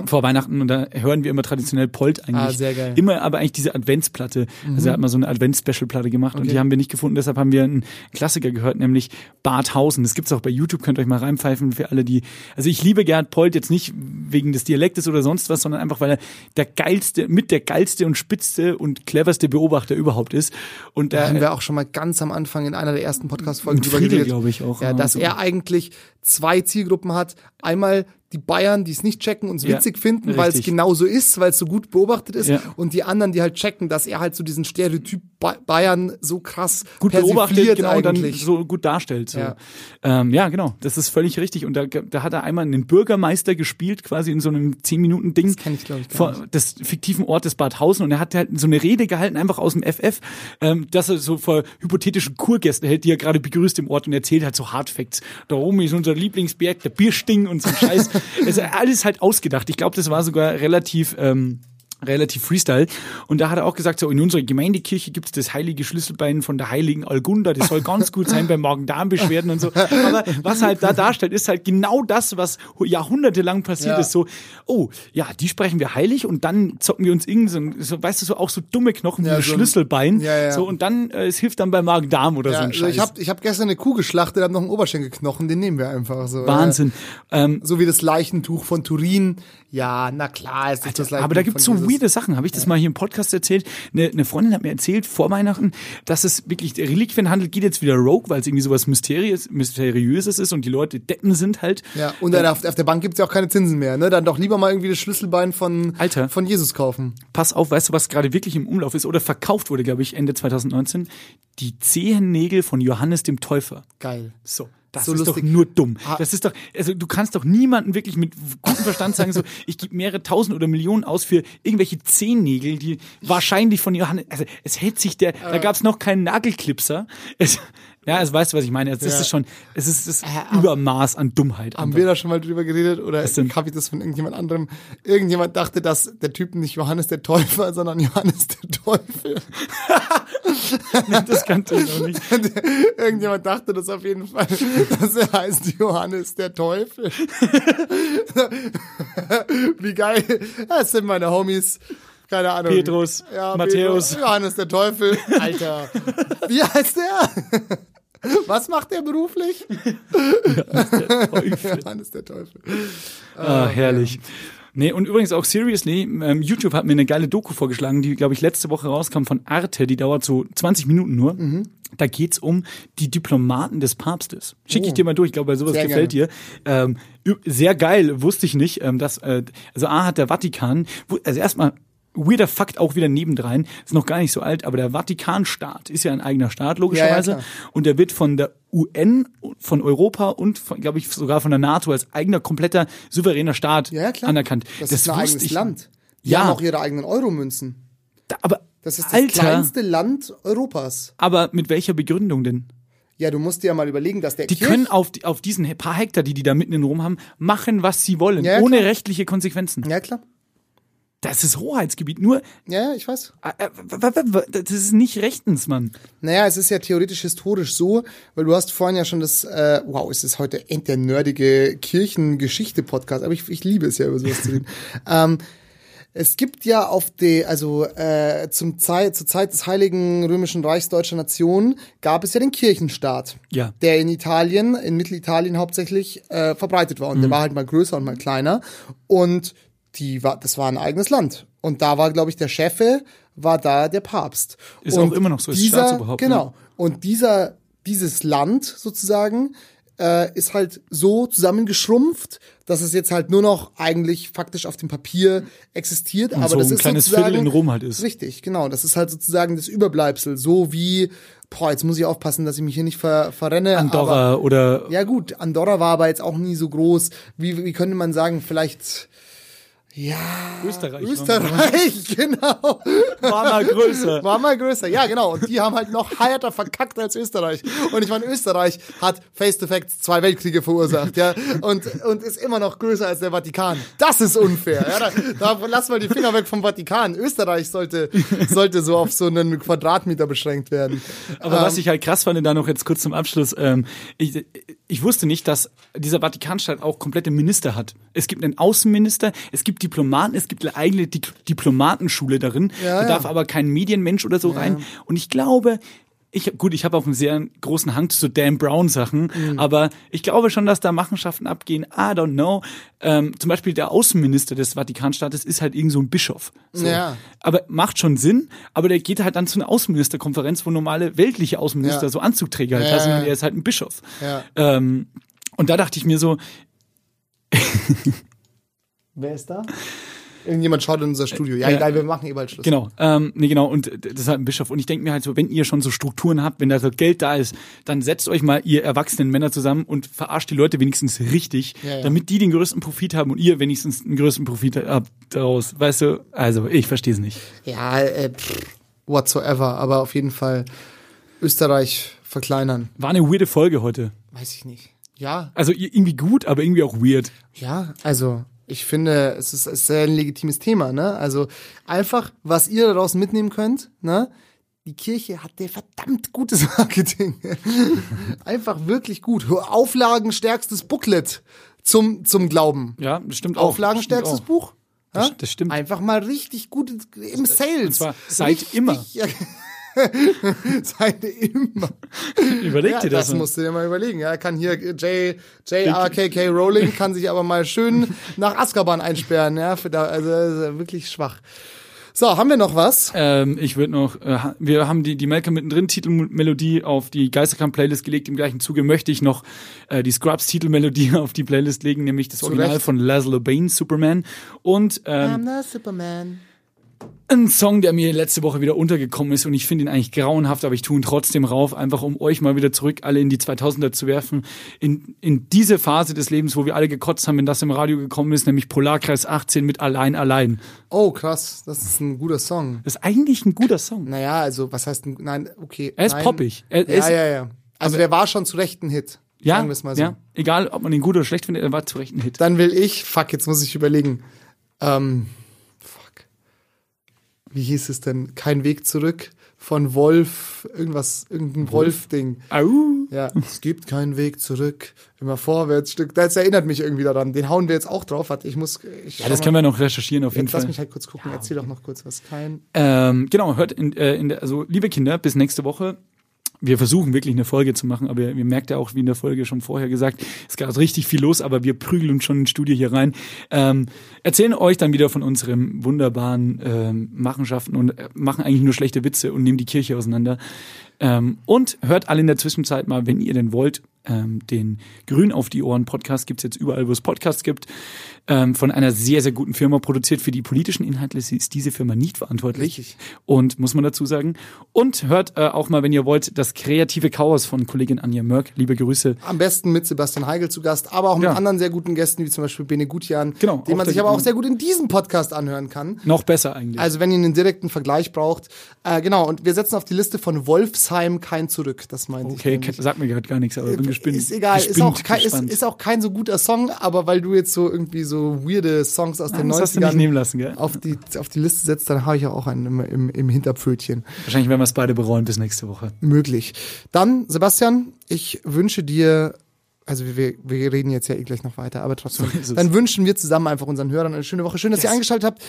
B: Vor Weihnachten. Und da hören wir immer traditionell Polt eigentlich.
C: Ah, sehr geil.
B: Immer aber eigentlich diese Adventsplatte.
C: Mhm.
B: Also er hat mal so eine Advents-Special-Platte gemacht und die haben wir nicht gefunden. Deshalb haben wir einen Klassiker gehört, nämlich Barthausen. Das gibt's auch bei YouTube, könnt ihr euch mal reinpfeifen für alle, die. Also ich liebe Gerhard Polt jetzt nicht wegen des Dialektes oder sonst was, sondern einfach, weil er der geilste, mit der geilste und spitzste und cleverste Beobachter überhaupt ist. Und
C: Da
B: da,
C: haben wir auch schon mal ganz am Anfang in einer der ersten Podcast-Folgen
B: Mit
C: drüber
B: Friedel,
C: geredet.
B: glaub ich, auch,
C: Ja,
B: ja,
C: dass
B: so.
C: er eigentlich zwei Zielgruppen hat. Einmal die Bayern, die es nicht checken, uns
B: Ja,
C: witzig finden, weil es
B: richtig.
C: genau so ist, weil es so gut beobachtet ist.
B: Ja.
C: Und die anderen, die halt checken, dass er halt so diesen Stereotyp Ba- Bayern so krass
B: gut beobachtet,
C: persifliert
B: genau, und dann
C: eigentlich.
B: so gut darstellt. So.
C: Ja.
B: Ja. Ähm, ja, genau, das ist völlig richtig. Und da, da hat er einmal einen Bürgermeister gespielt, quasi in so einem 10-Minuten-Ding. Das
C: kenn ich, glaub ich, gar nicht.
B: Des fiktiven Ortes Badhausen. Und er hat halt so eine Rede gehalten, einfach aus dem FF, ähm, dass er so vor hypothetischen Kurgästen hält, die er gerade begrüßt im Ort und erzählt halt so Hardfacts. Da oben ist unser Lieblingsberg, der Biersting und so ein Scheiß. Es ist alles halt ausgedacht. Ich glaube, das war sogar relativ... Ähm, relativ Freestyle. Und da hat er auch gesagt, so in unserer Gemeindekirche gibt's das heilige Schlüsselbein von der heiligen Algunda. Das soll ganz gut sein bei Magen-Darm-Beschwerden und so. Aber was er halt da darstellt, ist halt genau das, was jahrhundertelang passiert
C: Ja.
B: ist. So, oh, ja, die sprechen wir heilig und dann zocken wir uns irgendein, so, so, weißt du, so auch so dumme Knochen wie
C: Ja,
B: ein
C: so ein-
B: Schlüsselbein.
C: Ja, ja.
B: So, und dann, äh, es hilft dann bei Magen-Darm oder so
C: Ja,
B: ein
C: also
B: Scheiß.
C: ich habe ich hab gestern eine Kuh geschlachtet, habe noch einen Oberschenkelknochen, den nehmen wir einfach so.
B: Wahnsinn. Ähm,
C: Äh, So wie das Leichentuch von Turin. Ja, na klar, ist das, das Leichentuch
B: Aber da gibt's
C: von
B: so
C: Jesus.
B: weirde Sachen. Habe ich das mal hier im Podcast erzählt? Eine, eine Freundin hat mir erzählt vor Weihnachten, dass es wirklich der Reliquienhandel geht jetzt wieder Rogue, weil es irgendwie sowas Mysteries, Mysteriöses ist und die Leute Deppen sind halt.
C: Ja, und dann auf, auf der Bank gibt's ja auch keine Zinsen mehr, ne? Dann doch lieber mal irgendwie das Schlüsselbein von,
B: Alter.
C: von Jesus kaufen.
B: Pass auf, weißt du, was gerade wirklich im Umlauf ist oder verkauft wurde, glaube ich, Ende 2019? Die Zehennägel von Johannes dem Täufer.
C: Geil.
B: So. Das
C: So
B: ist
C: lustig.
B: doch nur dumm.
C: Ah.
B: Das ist doch, also du kannst doch niemanden wirklich mit gutem Verstand sagen, so, ich gebe mehrere tausend oder Millionen aus für irgendwelche Zehennägel, die wahrscheinlich von Johannes, also es hält sich der, da gab es noch keinen Nagelklipser. Es, ja, also weißt du, was ich meine? Also, das
C: Ja.
B: ist schon, es ist das Übermaß an Dummheit.
C: Haben
B: einfach.
C: wir da schon mal drüber geredet oder
B: denn?
C: habe ich das von irgendjemand anderem? Irgendjemand dachte, dass der Typ nicht Johannes der Täufer, sondern Johannes der Teufel.
B: das kannte ich noch nicht.
C: Irgendjemand dachte das auf jeden Fall, dass er heißt Johannes der Teufel. Wie geil. Das sind meine Homies. Keine Ahnung.
B: Petrus, Matthäus.
C: Petrus, Johannes der Teufel. Alter. Wie heißt der? Was macht der beruflich?
B: Teufel.
C: Johannes der Teufel.
B: Ah, herrlich. Nee, und übrigens auch seriously, ähm, YouTube hat mir eine geile Doku vorgeschlagen, die, glaube ich, letzte Woche rauskam von Arte, die dauert so 20 Minuten nur. Da geht's um die Diplomaten des Papstes. Schicke ich dir mal durch, ich glaube, sowas
C: Sehr
B: gefällt dir. Ähm, ü- sehr geil, wusste ich nicht. Ähm, dass, äh, also A hat der Vatikan, wo, also erstmal weirder Fakt auch wieder nebendrein, ist noch gar nicht so alt, aber der Vatikanstaat ist ja ein eigener Staat, logischerweise.
C: Ja, ja, klar.
B: und der wird von der UN, von Europa und, glaube ich, sogar von der NATO als eigener, kompletter, souveräner Staat
C: Ja, ja, klar.
B: anerkannt.
C: Das, ist
B: wusste
C: ein eigenes
B: ich.
C: Land. Die
B: Ja.
C: haben auch ihre eigenen Euromünzen.
B: Da, aber,
C: Das ist das
B: Alter,
C: kleinste Land Europas.
B: aber mit welcher Begründung denn?
C: Ja, du musst dir ja mal überlegen, dass der
B: Die
C: Kirch
B: können auf, die, auf diesen paar Hektar, die die da mitten in Rom haben, machen, was sie wollen,
C: Ja, ja,
B: ohne
C: klar.
B: rechtliche Konsequenzen.
C: Ja, klar.
B: Das ist Hoheitsgebiet, nur,
C: Ja, ja, ich weiß.
B: äh, äh, w- w- w- das ist nicht rechtens, Mann.
C: Naja, es ist ja theoretisch historisch so, weil du hast vorhin ja schon das, äh, wow, es ist heute end der nerdige Kirchengeschichte-Podcast, aber ich, ich liebe es ja, über sowas zu reden. Ähm, es gibt ja auf die, also äh, zum Zeit, zur Zeit des Heiligen Römischen Reichs Deutscher Nation gab es ja den Kirchenstaat,
B: Ja.
C: der in Italien, in Mittelitalien hauptsächlich äh, verbreitet war. Und der war halt mal größer und mal kleiner. Und die war, das war ein eigenes Land. Und da war, glaube ich, der Chefe, war da der Papst.
B: Ist
C: und
B: auch immer noch so, ist
C: dieser,
B: Staatsoberhaupt,
C: Genau.
B: ne?
C: Und dieser, dieses Land sozusagen äh, ist halt so zusammengeschrumpft, dass es jetzt halt nur noch eigentlich faktisch auf dem Papier existiert. aber
B: so
C: das
B: ein
C: ist
B: kleines
C: sozusagen,
B: Viertel in Rom halt ist.
C: Richtig, genau. Das ist halt sozusagen das Überbleibsel. So wie, boah, jetzt muss ich aufpassen, dass ich mich hier nicht ver, verrenne. Aber,
B: Andorra oder
C: ja gut, Andorra war aber jetzt auch nie so groß. Wie, wie könnte man sagen, vielleicht
B: Österreich. ne?
C: Österreich, genau.
B: War mal größer.
C: War mal größer, ja genau. Und die haben halt noch härter verkackt als Österreich. Und ich meine, Österreich hat face to facts zwei Weltkriege verursacht, ja. Und, und ist immer noch größer als der Vatikan. Das ist unfair. Ja? Da, da lass mal die Finger weg vom Vatikan. Österreich sollte, sollte so auf so einen Quadratmeter beschränkt werden.
B: Aber was
C: Ähm,
B: ich halt krass fand, da noch jetzt kurz zum Abschluss, ähm, ich, ich wusste nicht, dass dieser Vatikanstaat auch komplette Minister hat. Es gibt einen Außenminister, es gibt Diplomaten, es gibt eine eigene Di Diplomatenschule darin.
C: Ja,
B: da
C: ja.
B: darf aber kein Medienmensch oder so rein. Und ich glaube, ich, gut, ich habe auch einen sehr großen Hang zu so Dan Brown Sachen,
C: Mhm.
B: aber ich glaube schon, dass da Machenschaften abgehen. I don't know. Ähm, zum Beispiel der Außenminister des Vatikanstaates ist halt irgend so ein Bischof. So.
C: Ja.
B: Aber macht schon Sinn, aber der geht halt dann zu einer Außenministerkonferenz, wo normale weltliche Außenminister
C: Ja.
B: so Anzugträger halt
C: Ja,
B: da sind
C: ja,
B: und
C: ja.
B: er ist halt ein Bischof.
C: Ja.
B: Ähm, und da dachte ich mir so,
C: Wer ist da? Irgendjemand schaut in unser Studio. Ja,
B: Äh,
C: egal, wir machen eh bald Schluss.
B: Genau, ähm, nee, genau, und d- das ist halt ein Bischof. Und ich denke mir halt so, wenn ihr schon so Strukturen habt, wenn da so Geld da ist, dann setzt euch mal ihr erwachsenen Männer zusammen und verarscht die Leute wenigstens richtig,
C: Ja, ja.
B: damit die den größten Profit haben und ihr wenigstens den größten Profit habt daraus. Weißt du, also ich verstehe es nicht.
C: Ja, äh, pff, whatsoever, aber auf jeden Fall Österreich verkleinern.
B: War eine weirde Folge heute.
C: Weiß ich nicht. Ja,
B: Also i- irgendwie gut, aber irgendwie auch weird.
C: ja, also ich finde, es ist, es ist ein legitimes Thema, ne? Also einfach, was ihr daraus mitnehmen könnt, ne? Die Kirche hatte verdammt gutes Marketing. einfach wirklich gut. Auflagenstärkstes Booklet zum, zum Glauben.
B: Ja, das stimmt auch.
C: Auflagenstärkstes
B: Stimmt auch.
C: Buch.
B: Das-
C: Ja?
B: das stimmt.
C: Einfach mal richtig gut im Sales. Und
B: zwar seit immer.
C: seit immer.
B: Überleg
C: Ja,
B: dir das.
C: das
B: mal.
C: musst du dir mal überlegen. Ja, kann hier J, J.R.K.K. Rowling kann sich aber mal schön nach Azkaban einsperren. Ja, für da, also das ist wirklich schwach. So, haben wir noch was?
B: Ähm, ich würde noch, äh, ha- wir haben die, die Malcolm mittendrin Titelmelodie auf die Geisterkamp-Playlist gelegt. Im gleichen Zuge möchte ich noch äh, die Scrubs-Titelmelodie auf die Playlist legen, nämlich das Original
C: Recht.
B: von Laszlo Bane, Superman. Und ähm,
C: the Superman.
B: ein Song, der mir letzte Woche wieder untergekommen ist und ich finde ihn eigentlich grauenhaft, aber ich tue ihn trotzdem rauf, einfach um euch mal wieder zurück alle in die 2000er zu werfen. In, in diese Phase des Lebens, wo wir alle gekotzt haben, wenn das im Radio gekommen ist, nämlich Polarkreis 18 mit Allein, Allein.
C: Oh, krass. Das ist ein guter Song.
B: Das ist eigentlich ein guter Song.
C: Naja, also, was heißt, ein- nein, okay.
B: Er ist
C: nein.
B: poppig. Er
C: Ja,
B: ist,
C: ja, ja. Also, der war schon zu Recht ein Hit.
B: Ja,
C: Sagen wir es mal so.
B: ja, egal, ob man ihn gut oder schlecht findet, er war zu Recht ein Hit.
C: Dann will ich, fuck, jetzt muss ich überlegen. Ähm, fuck. Wie hieß es denn? Kein Weg zurück von Wolf, irgendwas, irgendein Wolf-Ding.
B: Au.
C: Ja, es gibt keinen Weg zurück, immer vorwärts, Stück. Das erinnert mich irgendwie daran. Den hauen wir jetzt auch drauf. Warte, ich muss. Ich
B: Ja, das können wir noch recherchieren auf jeden
C: Jetzt lass
B: Fall.
C: mich halt kurz gucken. Erzähl doch noch kurz was. Kein.
B: Ähm, genau, hört in, äh, in der, also liebe Kinder, bis nächste Woche. Wir versuchen wirklich eine Folge zu machen, aber ihr, ihr merkt ja auch, wie in der Folge schon vorher gesagt, es gab richtig viel los, aber wir prügeln uns schon in die Studie hier rein. Ähm, erzählen euch dann wieder von unseren wunderbaren ähm, Machenschaften und äh, machen eigentlich nur schlechte Witze und nehmen die Kirche auseinander. Ähm, und hört alle in der Zwischenzeit mal, wenn ihr denn wollt, ähm, den Grün auf die Ohren Podcast gibt's jetzt überall, wo es Podcasts gibt. Ähm, von einer sehr, sehr guten Firma produziert. Für die politischen Inhalte ist diese Firma nicht verantwortlich.
C: Richtig.
B: Und muss man dazu sagen. Und hört äh, auch mal, wenn ihr wollt, das kreative Chaos von Kollegin Anja Mörk. Liebe Grüße.
C: Am besten mit Sebastian Heigl zu Gast, aber auch mit
B: Ja.
C: anderen sehr guten Gästen, wie zum Beispiel Bene Gutjan,
B: Genau,
C: den
B: auch
C: man
B: der
C: sich aber auch
B: guten-
C: sehr gut in diesem Podcast anhören kann.
B: Noch besser eigentlich.
C: Also wenn ihr einen direkten Vergleich braucht. Äh, genau, und wir setzen auf die Liste von Wolfsheim kein Zurück. Das meinte
B: okay,
C: ich. nämlich.
B: sagt mir gerade gar nichts, aber bin gespinnt.
C: Ist egal, ist,
B: gespinnt,
C: auch kein, ist,
B: gespannt.
C: ist auch kein so guter Song, aber weil du jetzt so irgendwie so weirde Songs aus den
B: das
C: 90ern
B: hast du nicht nehmen lassen, gell?
C: auf, die, auf die Liste setzt, dann habe ich ja auch einen im, im, im Hinterpfötchen.
B: Wahrscheinlich werden wir es beide bereuen bis nächste Woche.
C: Möglich. Dann, Sebastian, ich wünsche dir, also wir- wir, wir reden jetzt ja eh gleich noch weiter, aber trotzdem,
B: So ist es.
C: dann wünschen wir zusammen einfach unseren Hörern eine schöne Woche. Schön, dass ihr
B: Yes.
C: eingeschaltet habt.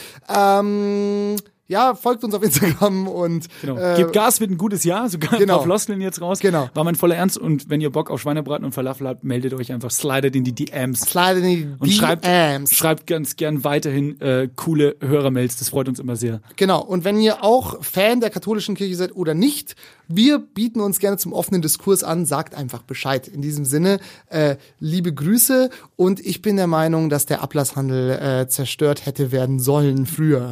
C: Ähm, ja, folgt uns auf Instagram und
B: Genau.
C: äh,
B: Gebt Gas, wird ein gutes Jahr. Sogar
C: genau.
B: ein paar Floskeln jetzt raus.
C: Genau.
B: War mein voller Ernst. Und wenn ihr Bock auf Schweinebraten und Falafel habt, meldet euch einfach. Slidet in die DMs.
C: Slide in die
B: Und schreibt,
C: DMs.
B: schreibt ganz gern weiterhin äh, coole Hörermails. Das freut uns immer sehr.
C: Genau. Und wenn ihr auch Fan der katholischen Kirche seid oder nicht, wir bieten uns gerne zum offenen Diskurs an. Sagt einfach Bescheid. In diesem Sinne, äh, liebe Grüße. Und ich bin der Meinung, dass der Ablasshandel äh, zerstört hätte werden sollen früher.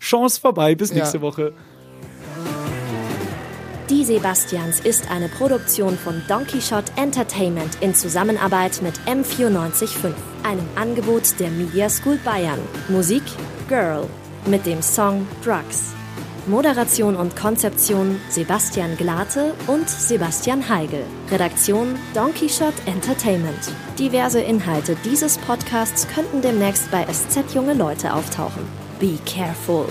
B: Chance vorbei. Bis nächste Woche.
A: Die Sebastians ist eine Produktion von Donkey Shot Entertainment in Zusammenarbeit mit M945, einem Angebot der Media School Bayern. Musik Girl mit dem Song Drugs. Moderation und Konzeption Sebastian Glate und Sebastian Heigel. Redaktion Donkey Shot Entertainment. Diverse Inhalte dieses Podcasts könnten demnächst bei SZ junge Leute auftauchen. Be careful.